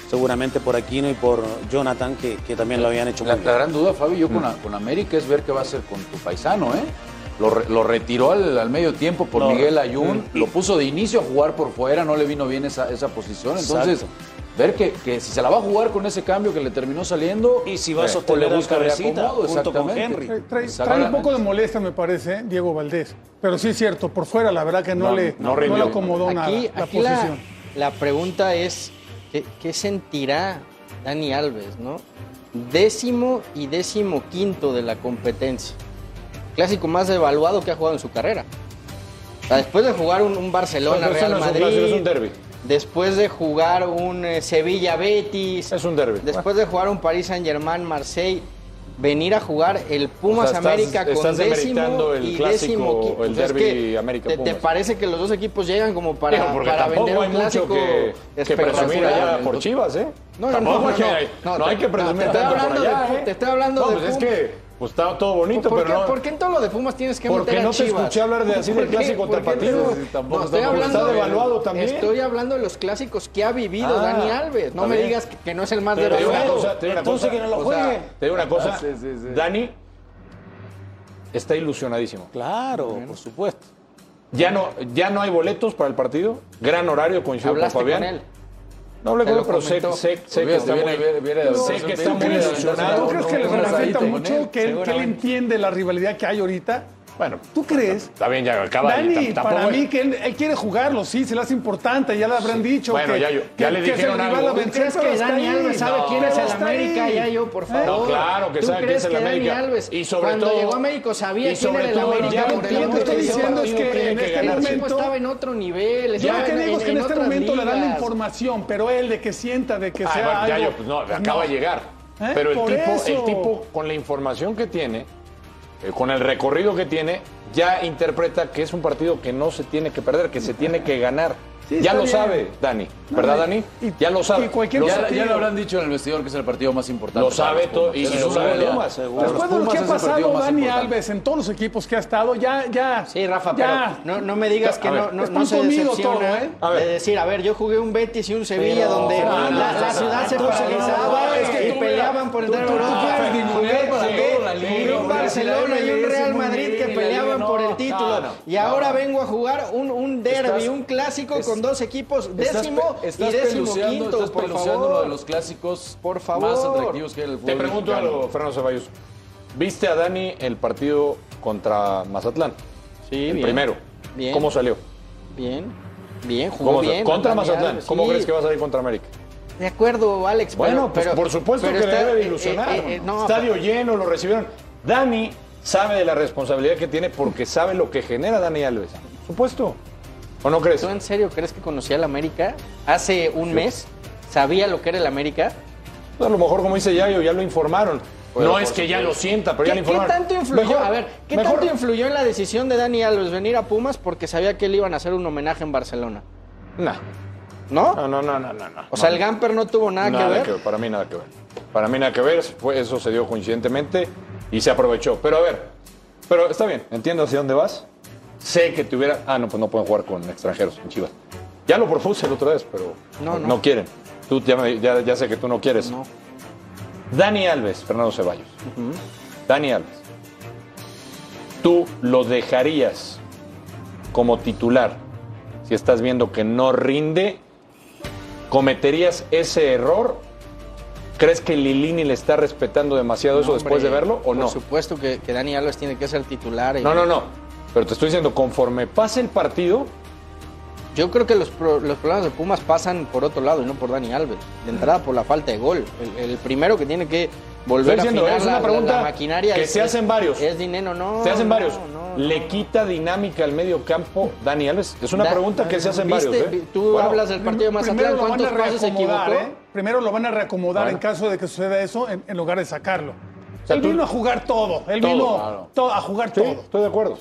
[SPEAKER 6] seguramente por Aquino y por Jonathan, que, que también lo habían hecho
[SPEAKER 5] La,
[SPEAKER 6] muy
[SPEAKER 5] la
[SPEAKER 6] bien.
[SPEAKER 5] gran duda, Fabi, yo con, la- con América es ver qué va a hacer con tu paisano, ¿eh? Lo, re- lo retiró al, al medio tiempo por
[SPEAKER 6] Lo-
[SPEAKER 5] Miguel Ayun, lo puso de inicio a jugar por fuera, no le vino bien esa, esa posición. Entonces,
[SPEAKER 6] Exacto.
[SPEAKER 5] ver que, que si se la va a jugar con ese cambio que le terminó saliendo.
[SPEAKER 6] Y si va a
[SPEAKER 5] eh,
[SPEAKER 6] sostener
[SPEAKER 5] o le
[SPEAKER 6] al
[SPEAKER 5] busca
[SPEAKER 6] Cabecita
[SPEAKER 5] reacomodo,
[SPEAKER 6] junto con
[SPEAKER 5] exactamente.
[SPEAKER 6] Henry.
[SPEAKER 7] Trae, trae- trae un
[SPEAKER 5] Exactamente.
[SPEAKER 7] poco de molestia, me parece, ¿eh? Diego Valdés. Pero sí es cierto, por fuera la verdad que no,
[SPEAKER 5] No,
[SPEAKER 7] le,
[SPEAKER 5] no
[SPEAKER 7] no le
[SPEAKER 5] rindió.
[SPEAKER 7] acomodó nada
[SPEAKER 4] Aquí,
[SPEAKER 7] la
[SPEAKER 4] aquí la,
[SPEAKER 7] posición.
[SPEAKER 4] la pregunta es, ¿qué, qué sentirá Dani Alves, no? Décimo y décimo quinto de la competencia. Clásico más evaluado que ha jugado en su carrera. O sea, después de jugar un, un Barcelona,
[SPEAKER 3] Pero eso
[SPEAKER 4] Real
[SPEAKER 3] no es un
[SPEAKER 4] Madrid,
[SPEAKER 3] clásico, es un derbi.
[SPEAKER 4] después de jugar un eh, Sevilla Betis,
[SPEAKER 3] es un derbi.
[SPEAKER 4] Después de jugar un Paris Saint Germain Marseille, venir a jugar el Pumas
[SPEAKER 3] O sea, estás-
[SPEAKER 4] América con
[SPEAKER 3] estás
[SPEAKER 4] décimo
[SPEAKER 3] demeritando el
[SPEAKER 4] y
[SPEAKER 3] clásico,
[SPEAKER 4] décimo quinto.
[SPEAKER 3] el
[SPEAKER 4] O sea, es
[SPEAKER 3] derbi
[SPEAKER 4] que
[SPEAKER 3] América
[SPEAKER 4] te, te
[SPEAKER 3] Pumas.
[SPEAKER 4] parece que los dos equipos llegan como para,
[SPEAKER 3] Digo, porque
[SPEAKER 4] para
[SPEAKER 3] tampoco
[SPEAKER 4] vender
[SPEAKER 3] hay
[SPEAKER 4] un
[SPEAKER 3] mucho
[SPEAKER 4] clásico
[SPEAKER 3] que, que presumir allá
[SPEAKER 4] espectacular.
[SPEAKER 3] por Chivas, ¿eh?
[SPEAKER 4] No, no,
[SPEAKER 3] Tampoco
[SPEAKER 4] no,
[SPEAKER 3] es que
[SPEAKER 4] no,
[SPEAKER 3] hay-
[SPEAKER 4] no,
[SPEAKER 3] no,
[SPEAKER 4] te-
[SPEAKER 3] hay que
[SPEAKER 4] no,
[SPEAKER 3] presumir
[SPEAKER 4] te estoy
[SPEAKER 3] tanto por
[SPEAKER 4] hablando
[SPEAKER 3] allá,
[SPEAKER 4] de-
[SPEAKER 3] ¿eh?
[SPEAKER 4] te estoy hablando
[SPEAKER 3] No,
[SPEAKER 4] de
[SPEAKER 3] pues es
[SPEAKER 4] Pumas.
[SPEAKER 3] que pues, está todo bonito,
[SPEAKER 4] ¿Por,
[SPEAKER 3] pero
[SPEAKER 4] qué,
[SPEAKER 3] no...
[SPEAKER 4] por qué en todo lo de Pumas tienes que
[SPEAKER 3] Porque
[SPEAKER 4] meter a
[SPEAKER 3] no te
[SPEAKER 4] Chivas?
[SPEAKER 3] escuché hablar de así
[SPEAKER 4] ¿Por
[SPEAKER 3] del
[SPEAKER 4] qué?
[SPEAKER 3] clásico
[SPEAKER 4] ¿Por qué te-
[SPEAKER 3] tapatío.
[SPEAKER 4] No,
[SPEAKER 3] Tampoco-
[SPEAKER 4] estoy
[SPEAKER 3] tampoco
[SPEAKER 4] hablando
[SPEAKER 3] está devaluado también.
[SPEAKER 4] Estoy hablando de los clásicos que ha vivido
[SPEAKER 3] Ah,
[SPEAKER 4] Dani Alves. No
[SPEAKER 3] está
[SPEAKER 4] me
[SPEAKER 3] bien.
[SPEAKER 4] digas que, que no es el más
[SPEAKER 3] Te digo una
[SPEAKER 4] devaluado.
[SPEAKER 3] cosa, te digo una
[SPEAKER 6] Entonces
[SPEAKER 3] cosa.
[SPEAKER 6] que no lo
[SPEAKER 3] O sea,
[SPEAKER 6] juegue.
[SPEAKER 3] Te digo
[SPEAKER 4] Ah,
[SPEAKER 3] una cosa,
[SPEAKER 5] Sí, sí, sí.
[SPEAKER 3] Dani está ilusionadísimo.
[SPEAKER 6] Claro, por supuesto.
[SPEAKER 3] Ya no, ya no hay boletos para el partido. Gran horario coincido con
[SPEAKER 4] Hablaste
[SPEAKER 3] Fabián.
[SPEAKER 4] con él.
[SPEAKER 3] No hablé
[SPEAKER 4] Te
[SPEAKER 3] con él,
[SPEAKER 4] lo
[SPEAKER 3] pero sé,
[SPEAKER 4] comentó.
[SPEAKER 3] sé- sé que
[SPEAKER 5] Olvídate,
[SPEAKER 3] está
[SPEAKER 5] viene-
[SPEAKER 3] muy,
[SPEAKER 5] viene- viene de
[SPEAKER 3] sé
[SPEAKER 5] avanzar,
[SPEAKER 3] que está
[SPEAKER 5] viene-
[SPEAKER 3] muy
[SPEAKER 5] viene de
[SPEAKER 3] ilusionado.
[SPEAKER 7] ¿Tú crees que
[SPEAKER 5] no,
[SPEAKER 7] le
[SPEAKER 5] no, no,
[SPEAKER 7] representa
[SPEAKER 5] no,
[SPEAKER 7] mucho?
[SPEAKER 5] no,
[SPEAKER 7] que,
[SPEAKER 5] no,
[SPEAKER 7] él- que él
[SPEAKER 5] seguramente.
[SPEAKER 7] entiende la rivalidad que hay ahorita? Bueno, ¿tú crees?
[SPEAKER 3] Está bien, ya acaba de-
[SPEAKER 7] Dani,
[SPEAKER 3] tam- tampoco
[SPEAKER 7] para
[SPEAKER 3] es-
[SPEAKER 7] mí que él, él quiere jugarlo, sí, se le hace importante, ya le habrán dicho.
[SPEAKER 3] Bueno,
[SPEAKER 7] que,
[SPEAKER 3] ya yo- ya
[SPEAKER 7] que-
[SPEAKER 3] le
[SPEAKER 7] que es el
[SPEAKER 3] dijeron
[SPEAKER 7] rival a
[SPEAKER 3] algo.
[SPEAKER 7] vencer,
[SPEAKER 4] ¿Crees
[SPEAKER 7] pero
[SPEAKER 4] que
[SPEAKER 7] está
[SPEAKER 4] Dani
[SPEAKER 7] ahí.
[SPEAKER 4] Alves sabe
[SPEAKER 3] No,
[SPEAKER 4] quién es
[SPEAKER 7] pero
[SPEAKER 4] el
[SPEAKER 7] está
[SPEAKER 4] América?
[SPEAKER 7] ahí.
[SPEAKER 4] Ya yo, por
[SPEAKER 7] ¿Eh?
[SPEAKER 4] favor.
[SPEAKER 3] No, claro que
[SPEAKER 4] ¿Tú
[SPEAKER 3] sabe quién
[SPEAKER 4] crees
[SPEAKER 3] es el
[SPEAKER 4] que
[SPEAKER 3] América?
[SPEAKER 4] Dani Alves,
[SPEAKER 3] Y sobre
[SPEAKER 4] cuando
[SPEAKER 3] todo-
[SPEAKER 4] llegó a México, sabía
[SPEAKER 3] y
[SPEAKER 4] quién
[SPEAKER 3] sobre
[SPEAKER 4] era el
[SPEAKER 3] todo,
[SPEAKER 4] América.
[SPEAKER 3] ya
[SPEAKER 4] por
[SPEAKER 3] lo
[SPEAKER 4] el
[SPEAKER 3] que yo
[SPEAKER 4] amor
[SPEAKER 3] te
[SPEAKER 4] de
[SPEAKER 3] estoy
[SPEAKER 4] Dios.
[SPEAKER 3] diciendo
[SPEAKER 7] es que en este
[SPEAKER 4] el
[SPEAKER 7] momento-
[SPEAKER 4] equipo estaba en otro nivel.
[SPEAKER 7] Yo
[SPEAKER 4] estaba
[SPEAKER 7] lo que
[SPEAKER 4] en-
[SPEAKER 7] digo es que en, este
[SPEAKER 4] otras
[SPEAKER 7] momento le dan la
[SPEAKER 4] ligas.
[SPEAKER 7] información, pero él de que sienta, de que
[SPEAKER 3] Ah,
[SPEAKER 7] sea
[SPEAKER 3] bueno, ya
[SPEAKER 7] algo...
[SPEAKER 3] yo, pues no, acaba de llegar.
[SPEAKER 7] ¿Eh?
[SPEAKER 3] Pero el
[SPEAKER 7] Por
[SPEAKER 3] tipo, el
[SPEAKER 7] eso.
[SPEAKER 3] tipo, con la información que tiene, eh, con el recorrido que tiene, ya interpreta que es un partido que no se tiene que perder, que se tiene que ganar.
[SPEAKER 7] Sí,
[SPEAKER 3] ya
[SPEAKER 7] está
[SPEAKER 3] lo
[SPEAKER 7] bien.
[SPEAKER 3] sabe, Dani. ¿Verdad, Dani? ya lo sabe.
[SPEAKER 7] y cualquier
[SPEAKER 3] Ya-
[SPEAKER 5] Ya,
[SPEAKER 3] ya
[SPEAKER 5] ya lo habrán dicho en el vestidor que es el partido más importante.
[SPEAKER 3] Lo sabe todo, y- y lo sabe Pumas, seguro.
[SPEAKER 7] Después de lo que ha pasado Dani
[SPEAKER 5] Alves
[SPEAKER 7] Alves en todos los equipos que ha estado, ya, ya. Sí,
[SPEAKER 4] Rafa,
[SPEAKER 7] ya.
[SPEAKER 4] pero no, no me digas que
[SPEAKER 7] A
[SPEAKER 4] no,
[SPEAKER 7] ver,
[SPEAKER 4] no,
[SPEAKER 7] están
[SPEAKER 4] no se
[SPEAKER 7] comido
[SPEAKER 4] decepciona
[SPEAKER 7] todo, ¿eh? A ver.
[SPEAKER 4] de decir, a ver, yo jugué un Betis y un Sevilla
[SPEAKER 7] Pero-
[SPEAKER 4] donde
[SPEAKER 7] No, no,
[SPEAKER 4] la,
[SPEAKER 7] no,
[SPEAKER 4] la
[SPEAKER 7] no,
[SPEAKER 4] ciudad
[SPEAKER 7] no,
[SPEAKER 4] se
[SPEAKER 7] no, no,
[SPEAKER 4] paralizaba
[SPEAKER 7] no, es que
[SPEAKER 4] y
[SPEAKER 7] tú,
[SPEAKER 4] peleaban
[SPEAKER 7] mira,
[SPEAKER 4] por
[SPEAKER 7] tú-
[SPEAKER 4] entrar a
[SPEAKER 7] tú
[SPEAKER 4] Europa.
[SPEAKER 3] ah,
[SPEAKER 7] quieres ningunear para
[SPEAKER 4] Jugué-
[SPEAKER 7] todo, la
[SPEAKER 4] jugué
[SPEAKER 7] liga,
[SPEAKER 4] un
[SPEAKER 7] la
[SPEAKER 4] Barcelona y un
[SPEAKER 7] MLS,
[SPEAKER 4] Real
[SPEAKER 7] muy
[SPEAKER 4] Madrid
[SPEAKER 7] bien,
[SPEAKER 4] que
[SPEAKER 7] la
[SPEAKER 4] peleaban
[SPEAKER 7] liga,
[SPEAKER 4] por
[SPEAKER 7] no,
[SPEAKER 4] el
[SPEAKER 7] no,
[SPEAKER 4] título.
[SPEAKER 7] no.
[SPEAKER 4] Y ahora vengo a jugar un, un derby,
[SPEAKER 5] Estás-
[SPEAKER 4] un clásico
[SPEAKER 5] es-
[SPEAKER 4] con dos equipos,
[SPEAKER 5] Estás
[SPEAKER 4] décimo
[SPEAKER 5] pe-
[SPEAKER 4] y
[SPEAKER 5] estás
[SPEAKER 4] décimo
[SPEAKER 5] peluceando-
[SPEAKER 4] quinto,
[SPEAKER 5] estás
[SPEAKER 4] por
[SPEAKER 5] peluceando
[SPEAKER 4] favor.
[SPEAKER 5] uno de los clásicos
[SPEAKER 4] Por
[SPEAKER 5] más
[SPEAKER 4] favor.
[SPEAKER 5] atractivos que hay en el fútbol.
[SPEAKER 3] Te pregunto
[SPEAKER 5] mexicano.
[SPEAKER 3] algo, Fernando Ceballos. ¿Viste a Dani el partido contra Mazatlán?
[SPEAKER 4] Sí,
[SPEAKER 3] El
[SPEAKER 4] bien.
[SPEAKER 3] primero.
[SPEAKER 4] Bien.
[SPEAKER 3] ¿Cómo salió?
[SPEAKER 4] Bien, bien,
[SPEAKER 3] ¿Cómo
[SPEAKER 4] jugó
[SPEAKER 3] salió?
[SPEAKER 4] bien.
[SPEAKER 3] Contra
[SPEAKER 4] Dani
[SPEAKER 3] Mazatlán.
[SPEAKER 4] Alves,
[SPEAKER 3] ¿Cómo
[SPEAKER 4] sí.
[SPEAKER 3] crees que va a salir contra América?
[SPEAKER 4] De acuerdo, Alex.
[SPEAKER 3] Bueno,
[SPEAKER 4] pero-
[SPEAKER 3] pues
[SPEAKER 4] pero-
[SPEAKER 3] por supuesto
[SPEAKER 4] pero
[SPEAKER 3] que
[SPEAKER 4] está-
[SPEAKER 3] le debe
[SPEAKER 4] eh,
[SPEAKER 3] de ilusionar.
[SPEAKER 4] eh, eh, no,
[SPEAKER 3] Estadio lleno, lo recibieron. Dani sabe de la responsabilidad que tiene porque sabe lo que genera Dani Alves. Por supuesto. ¿O no crees?
[SPEAKER 4] ¿Tú en serio crees que conocía el América hace un
[SPEAKER 3] Sí.
[SPEAKER 4] mes? ¿Sabía lo que era el América?
[SPEAKER 3] A lo mejor, como dice Yayo, ya lo informaron.
[SPEAKER 4] Bueno,
[SPEAKER 3] no
[SPEAKER 4] por
[SPEAKER 3] es que ya
[SPEAKER 4] supuesto.
[SPEAKER 3] lo sienta, pero
[SPEAKER 4] ¿Qué,
[SPEAKER 3] ya lo
[SPEAKER 4] qué
[SPEAKER 3] informaron.
[SPEAKER 4] tanto influyó?
[SPEAKER 3] Mejor-
[SPEAKER 4] a ver, ¿qué
[SPEAKER 3] mejor-
[SPEAKER 4] tanto influyó en la decisión de Dani Alves venir a Pumas porque sabía que le iban a hacer un homenaje en Barcelona?
[SPEAKER 3] Nah.
[SPEAKER 4] ¿No?
[SPEAKER 3] No, no, no, no, no. no.
[SPEAKER 4] O sea, el Gamper no tuvo nada, que ver.
[SPEAKER 3] Para mí nada que ver. Para mí nada que ver. Fue, eso se dio coincidentemente y se aprovechó. Pero a ver, pero está bien, entiendo hacia dónde vas. Sé que tuviera. Ah, no, pues no pueden jugar con extranjeros en Chivas. Ya lo propuse la otra vez, pero
[SPEAKER 4] No,
[SPEAKER 3] no,
[SPEAKER 4] no.
[SPEAKER 3] quieren. Tú ya, me- ya- ya sé que tú no quieres. Dani Alves, Fernando Ceballos. Dani Alves. ¿Tú lo dejarías como titular si estás viendo que no rinde ¿Cometerías ese error? ¿Crees que Lilini le está respetando demasiado eso
[SPEAKER 4] No,
[SPEAKER 3] después
[SPEAKER 4] hombre,
[SPEAKER 3] de verlo o no?
[SPEAKER 4] Por supuesto que, que Dani Alves tiene que ser titular. y-
[SPEAKER 3] No, no, no. Pero te estoy diciendo, conforme pase el partido,
[SPEAKER 4] Yo creo que los, pro- los problemas de Pumas pasan por otro lado y no por Dani Alves. De entrada, por la falta de gol. El, el primero que tiene que volver
[SPEAKER 3] Estoy
[SPEAKER 4] a
[SPEAKER 3] diciendo,
[SPEAKER 4] afinar
[SPEAKER 3] es
[SPEAKER 4] la,
[SPEAKER 3] una
[SPEAKER 4] la-
[SPEAKER 3] pregunta
[SPEAKER 4] la maquinaria
[SPEAKER 3] que
[SPEAKER 4] es-
[SPEAKER 3] se hacen
[SPEAKER 4] es-
[SPEAKER 3] varios.
[SPEAKER 4] Es dinero, no.
[SPEAKER 3] se hacen
[SPEAKER 4] no,
[SPEAKER 3] varios.
[SPEAKER 4] no,
[SPEAKER 3] ¿Le quita dinámica al medio campo Dani Alves? Es una
[SPEAKER 4] Da-
[SPEAKER 3] pregunta que se hacen
[SPEAKER 4] ¿Viste?
[SPEAKER 3] varios. ¿eh?
[SPEAKER 4] Tú
[SPEAKER 3] Bueno,
[SPEAKER 4] hablas del partido de Mazatlán.
[SPEAKER 7] Primero lo van
[SPEAKER 4] ¿Cuántos
[SPEAKER 7] a
[SPEAKER 4] pases se
[SPEAKER 7] reacomodar,
[SPEAKER 4] equivocó?
[SPEAKER 7] ¿eh? Primero lo van a reacomodar
[SPEAKER 3] Bueno.
[SPEAKER 7] en caso de que suceda eso, en, en lugar de sacarlo.
[SPEAKER 3] O sea,
[SPEAKER 7] él
[SPEAKER 3] tú-
[SPEAKER 7] vino a jugar todo. Él
[SPEAKER 3] Todo,
[SPEAKER 7] vino
[SPEAKER 3] claro.
[SPEAKER 7] todo, a jugar
[SPEAKER 3] Sí,
[SPEAKER 7] todo.
[SPEAKER 3] estoy de acuerdo.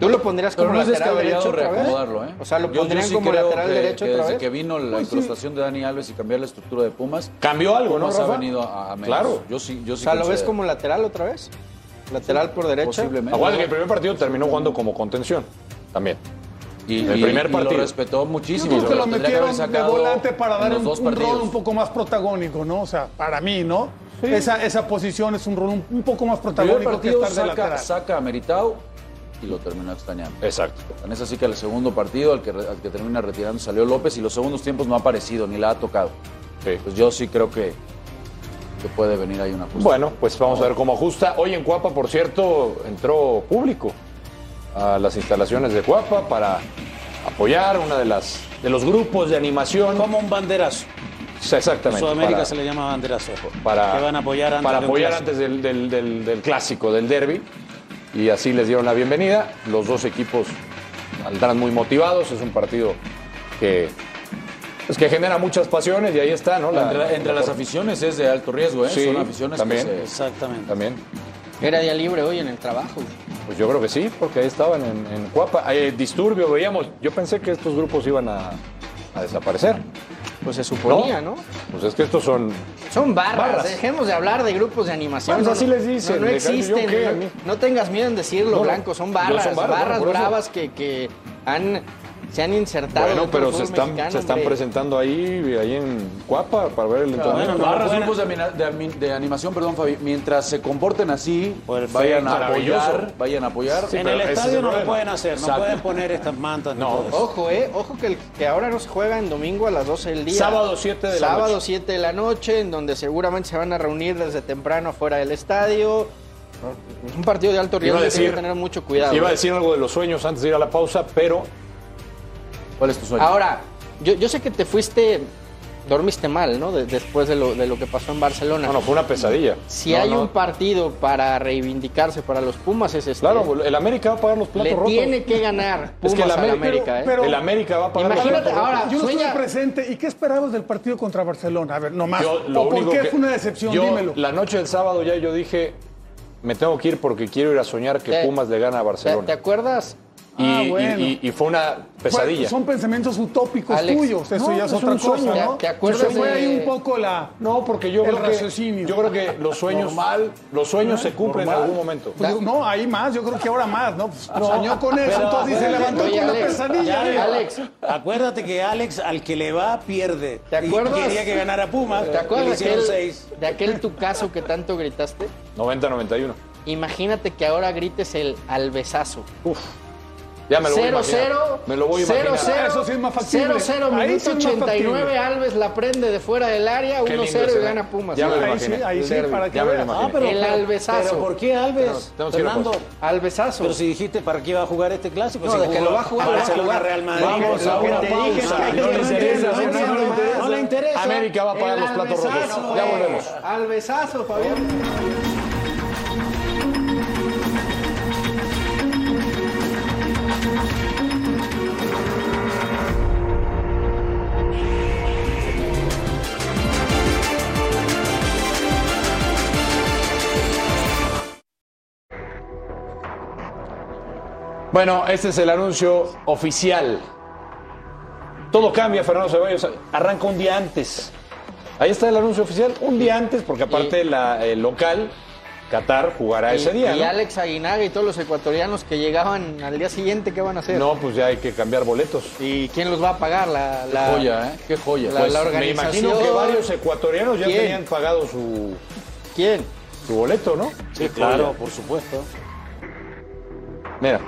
[SPEAKER 4] ¿Tú lo pondrías
[SPEAKER 5] Pero
[SPEAKER 4] como
[SPEAKER 5] no es
[SPEAKER 4] lateral
[SPEAKER 5] descabellado
[SPEAKER 4] derecho otra vez?
[SPEAKER 5] reacomodarlo, ¿eh?
[SPEAKER 4] O sea, ¿lo
[SPEAKER 5] Yo- yo
[SPEAKER 4] pondrían
[SPEAKER 5] sí
[SPEAKER 4] como
[SPEAKER 5] creo
[SPEAKER 4] lateral
[SPEAKER 5] que-
[SPEAKER 4] derecho
[SPEAKER 5] que
[SPEAKER 4] otra
[SPEAKER 5] Desde
[SPEAKER 4] vez?
[SPEAKER 5] que vino la
[SPEAKER 7] Pues sí.
[SPEAKER 5] incrustación de Dani Alves y cambiar la estructura de Pumas.
[SPEAKER 3] Cambió algo, ¿no,
[SPEAKER 5] Pumas ha
[SPEAKER 3] Rafa?
[SPEAKER 5] venido a, a menos.
[SPEAKER 3] Claro.
[SPEAKER 5] Yo sí, yo
[SPEAKER 4] O
[SPEAKER 5] sí
[SPEAKER 4] sea, ¿lo ves
[SPEAKER 5] considero.
[SPEAKER 4] como lateral otra vez? ¿Lateral por derecha?
[SPEAKER 5] Posiblemente.
[SPEAKER 3] Aguante que el primer partido terminó jugando como contención. También.
[SPEAKER 5] Y,
[SPEAKER 3] el
[SPEAKER 5] y-
[SPEAKER 3] primer
[SPEAKER 5] y
[SPEAKER 3] partido.
[SPEAKER 5] lo respetó
[SPEAKER 7] Yo
[SPEAKER 5] muchísimo.
[SPEAKER 7] creo que
[SPEAKER 5] pero
[SPEAKER 7] lo
[SPEAKER 5] tendría haber
[SPEAKER 7] metieron de
[SPEAKER 5] sacado
[SPEAKER 7] volante para
[SPEAKER 5] en
[SPEAKER 7] dar
[SPEAKER 5] los
[SPEAKER 7] un,
[SPEAKER 5] dos
[SPEAKER 7] un rol
[SPEAKER 5] partidos.
[SPEAKER 7] un poco más protagónico, ¿no? O sea, para mí, ¿no? Esa, esa posición es un rol un, un poco más
[SPEAKER 5] primer
[SPEAKER 7] protagónico que
[SPEAKER 5] partido
[SPEAKER 7] estar de
[SPEAKER 5] saca,
[SPEAKER 7] lateral.
[SPEAKER 5] saca a Meritao y lo terminó extrañando.
[SPEAKER 3] Exacto.
[SPEAKER 5] Tan es así que al segundo partido, al que, re- al que termina retirando, salió López y los segundos tiempos no ha aparecido ni la ha tocado.
[SPEAKER 3] Sí.
[SPEAKER 5] Pues yo sí creo que, que puede venir ahí una ajuste.
[SPEAKER 3] Bueno, pues vamos a ver cómo ajusta. Hoy en Cuapa, por cierto, entró público a las instalaciones de Cuapa para apoyar una de las de los grupos de animación.
[SPEAKER 6] Como un banderazo.
[SPEAKER 3] Sí, Exactamente.
[SPEAKER 6] En Sudamérica
[SPEAKER 3] para-
[SPEAKER 6] se le llama banderazo.
[SPEAKER 3] para,
[SPEAKER 6] que van a apoyar antes
[SPEAKER 3] para
[SPEAKER 6] de un
[SPEAKER 3] apoyar
[SPEAKER 6] clásico.
[SPEAKER 3] antes del, del- del- del clásico, del derby. Y así les dieron la bienvenida. Los dos equipos saldrán muy motivados. Es un partido que, pues, que genera muchas pasiones y ahí está, ¿no? La-
[SPEAKER 5] entre entre
[SPEAKER 3] la-
[SPEAKER 5] las aficiones es de alto riesgo, ¿eh?
[SPEAKER 3] Sí,
[SPEAKER 5] Son aficiones
[SPEAKER 3] también.
[SPEAKER 5] que se...
[SPEAKER 6] Exactamente.
[SPEAKER 3] También.
[SPEAKER 4] Era día libre hoy en el trabajo.
[SPEAKER 3] Pues yo creo que sí, porque ahí estaban en, en Cuapa. Eh, disturbio, veíamos. Yo pensé que estos grupos iban a, a desaparecer.
[SPEAKER 4] Pues se suponía, ¿no?
[SPEAKER 3] Pues es que estos son.
[SPEAKER 4] Son barras.
[SPEAKER 3] Barras.
[SPEAKER 4] Dejemos de hablar de grupos de animación.
[SPEAKER 3] Bueno,
[SPEAKER 4] No,
[SPEAKER 3] así
[SPEAKER 4] no,
[SPEAKER 3] les dicen,
[SPEAKER 4] No, no
[SPEAKER 3] de- yo
[SPEAKER 4] existen.
[SPEAKER 3] qué,
[SPEAKER 4] no-
[SPEAKER 3] a mí.
[SPEAKER 4] no tengas miedo en decirlo,
[SPEAKER 3] No, no.
[SPEAKER 4] Blanco. Son
[SPEAKER 3] No
[SPEAKER 4] barras.
[SPEAKER 3] son barras,
[SPEAKER 4] barras
[SPEAKER 3] bueno, por eso.
[SPEAKER 4] bravas que, que han, se han insertado.
[SPEAKER 3] bueno,
[SPEAKER 4] dentro
[SPEAKER 3] pero
[SPEAKER 4] del
[SPEAKER 3] se
[SPEAKER 4] fútbol
[SPEAKER 3] están,
[SPEAKER 4] mexicano,
[SPEAKER 3] se están
[SPEAKER 4] hombre.
[SPEAKER 3] presentando ahí, ahí en Cuapa para ver el entrenamiento.
[SPEAKER 6] bueno, no,
[SPEAKER 5] Barras,
[SPEAKER 6] buena.
[SPEAKER 5] grupos de, amina- de ami- de animación, perdón, Fabi. Mientras se comporten así,
[SPEAKER 6] Perfecto.
[SPEAKER 5] vayan a
[SPEAKER 3] Maravilloso.
[SPEAKER 5] apoyar, vayan a apoyar.
[SPEAKER 6] en
[SPEAKER 3] pero
[SPEAKER 6] el
[SPEAKER 3] ese es
[SPEAKER 6] estadio
[SPEAKER 3] el
[SPEAKER 6] no lo
[SPEAKER 3] problema.
[SPEAKER 6] pueden hacer, no
[SPEAKER 5] Exacto.
[SPEAKER 6] pueden poner estas mantas. ni
[SPEAKER 3] No.
[SPEAKER 6] todo eso.
[SPEAKER 4] Ojo, eh, ojo que, el- que ahora no se juega en domingo a las 12 del día.
[SPEAKER 3] Sábado 7 de la
[SPEAKER 4] Sábado
[SPEAKER 3] noche.
[SPEAKER 4] 7 de la noche, en donde seguramente se van a reunir desde temprano afuera del estadio. Es un partido de alto riesgo,
[SPEAKER 3] Ah, Iba a
[SPEAKER 4] hay
[SPEAKER 3] decir-
[SPEAKER 4] que tener mucho cuidado. ¿eh?
[SPEAKER 3] Iba a decir algo de los sueños antes de ir a la pausa, pero
[SPEAKER 5] ¿Cuál es tu sueño?
[SPEAKER 4] Ahora, yo, yo sé que te fuiste, dormiste mal, ¿no? De- después de lo, de lo que pasó en Barcelona.
[SPEAKER 3] no, no, fue una pesadilla.
[SPEAKER 4] si
[SPEAKER 3] No,
[SPEAKER 4] hay
[SPEAKER 3] no.
[SPEAKER 4] un partido para reivindicarse para los Pumas es este.
[SPEAKER 3] Claro, el América va a pagar los platos
[SPEAKER 4] le
[SPEAKER 3] rotos.
[SPEAKER 4] tiene que ganar Pumas
[SPEAKER 3] Es que el
[SPEAKER 4] al
[SPEAKER 3] América-
[SPEAKER 4] América, ¿eh?
[SPEAKER 7] pero-
[SPEAKER 3] el América va a pagar los
[SPEAKER 4] Imagínate,
[SPEAKER 3] platos rotos.
[SPEAKER 4] ahora,
[SPEAKER 7] Yo no
[SPEAKER 4] sueña-
[SPEAKER 7] estuve presente. ¿Y qué esperabas del partido contra Barcelona? A ver, nomás.
[SPEAKER 3] Yo, lo
[SPEAKER 7] ¿O por
[SPEAKER 3] único
[SPEAKER 7] qué
[SPEAKER 3] que-
[SPEAKER 7] fue una decepción?
[SPEAKER 3] yo,
[SPEAKER 7] Dímelo.
[SPEAKER 3] La noche del sábado ya yo dije, me tengo que ir porque quiero ir a soñar que
[SPEAKER 4] Te-
[SPEAKER 3] Pumas le gana a
[SPEAKER 4] ¿Te,
[SPEAKER 3] Barcelona.
[SPEAKER 4] te acuerdas
[SPEAKER 3] Y,
[SPEAKER 7] Ah,
[SPEAKER 3] y-
[SPEAKER 7] bueno.
[SPEAKER 3] y- y fue una pesadilla.
[SPEAKER 7] Pues, son pensamientos utópicos
[SPEAKER 3] Alex,
[SPEAKER 7] tuyos, eso
[SPEAKER 3] no,
[SPEAKER 7] ya es,
[SPEAKER 3] es
[SPEAKER 7] otra
[SPEAKER 3] un
[SPEAKER 7] cosa,
[SPEAKER 3] sueño.
[SPEAKER 7] ¿no?
[SPEAKER 3] ¿Te- te acuerdas
[SPEAKER 7] Pero fue
[SPEAKER 3] de-
[SPEAKER 7] ahí un poco la
[SPEAKER 3] No, porque yo
[SPEAKER 7] el
[SPEAKER 3] creo que-
[SPEAKER 7] raciocinio.
[SPEAKER 3] yo creo que los sueños- los sueños se cumplen en algún momento.
[SPEAKER 7] Pues yo- no, ahí más, yo creo que ahora más, ¿no? Pues, soñó con eso,
[SPEAKER 6] Pero-
[SPEAKER 7] entonces y se levantó
[SPEAKER 6] Oye,
[SPEAKER 7] con la
[SPEAKER 6] Alex,
[SPEAKER 7] pesadilla.
[SPEAKER 6] ya,
[SPEAKER 7] digo.
[SPEAKER 6] Alex, acuérdate que Alex al que le va pierde.
[SPEAKER 4] ¿Te
[SPEAKER 6] Y
[SPEAKER 4] acuerdas?
[SPEAKER 6] quería que ganara Pumas.
[SPEAKER 4] ¿Te
[SPEAKER 6] y le
[SPEAKER 4] acuerdas de
[SPEAKER 6] hicieron
[SPEAKER 4] aquel,
[SPEAKER 6] seis.
[SPEAKER 4] de aquel tu caso que tanto gritaste?
[SPEAKER 3] 90-91.
[SPEAKER 4] Imagínate que ahora grites el albezazo. Uf.
[SPEAKER 3] Ya me lo voy a
[SPEAKER 4] cero,
[SPEAKER 3] imaginar.
[SPEAKER 4] cero,
[SPEAKER 3] Me lo voy a
[SPEAKER 4] cero,
[SPEAKER 3] imaginar.
[SPEAKER 4] cero,
[SPEAKER 3] Ah, eso sí es más factible.
[SPEAKER 4] cero, cero,
[SPEAKER 3] Ahí
[SPEAKER 4] minuto
[SPEAKER 3] sí es más
[SPEAKER 4] 89,
[SPEAKER 3] factible.
[SPEAKER 4] Alves la prende de fuera del área,
[SPEAKER 3] Qué
[SPEAKER 4] 1-0
[SPEAKER 3] lindo
[SPEAKER 4] y gana
[SPEAKER 3] será.
[SPEAKER 4] Pumas.
[SPEAKER 3] Ya me lo imaginé. ya
[SPEAKER 7] Ah,
[SPEAKER 3] me lo imaginé.
[SPEAKER 4] El albezazo.
[SPEAKER 6] pero ¿por qué Alves?
[SPEAKER 3] Tenemos que ir a
[SPEAKER 6] Fernando.
[SPEAKER 3] pausa.
[SPEAKER 4] Albezazo.
[SPEAKER 6] Pero si dijiste para qué iba a jugar este clásico.
[SPEAKER 4] No,
[SPEAKER 6] si
[SPEAKER 4] de que
[SPEAKER 6] jugó
[SPEAKER 4] lo va a jugar, lo va a
[SPEAKER 6] Barcelona,
[SPEAKER 4] jugar.
[SPEAKER 6] Real Madrid.
[SPEAKER 4] Vamos a una pausa.
[SPEAKER 6] No le interesa.
[SPEAKER 4] no le interesa.
[SPEAKER 6] No le interesa.
[SPEAKER 3] América va a pagar
[SPEAKER 4] El
[SPEAKER 3] los platos
[SPEAKER 4] albezazo,
[SPEAKER 3] rotos. Ya
[SPEAKER 4] güey.
[SPEAKER 3] volvemos.
[SPEAKER 4] Albezazo, Fabián.
[SPEAKER 3] Bueno, este es el anuncio oficial. Todo cambia, Fernando Ceballos. Arranca un día antes. Ahí está el anuncio oficial, un día antes, porque aparte la- el local, Qatar, jugará
[SPEAKER 4] Y,
[SPEAKER 3] ese día.
[SPEAKER 4] y
[SPEAKER 3] ¿no?
[SPEAKER 4] Alex Aguinaga y todos los ecuatorianos que llegaban al día siguiente, ¿qué van a hacer?
[SPEAKER 3] No, pues ya hay que cambiar boletos.
[SPEAKER 4] ¿Y quién los va a pagar? La, la-
[SPEAKER 5] Qué joya, ¿eh? Qué joya.
[SPEAKER 4] La,
[SPEAKER 3] Pues,
[SPEAKER 4] la
[SPEAKER 3] me
[SPEAKER 4] organización.
[SPEAKER 3] imagino que varios ecuatorianos ya
[SPEAKER 4] ¿Quién?
[SPEAKER 3] tenían pagado su,
[SPEAKER 4] ¿Quién?
[SPEAKER 3] su boleto, ¿no?
[SPEAKER 6] Sí, claro, por supuesto.
[SPEAKER 3] Mira,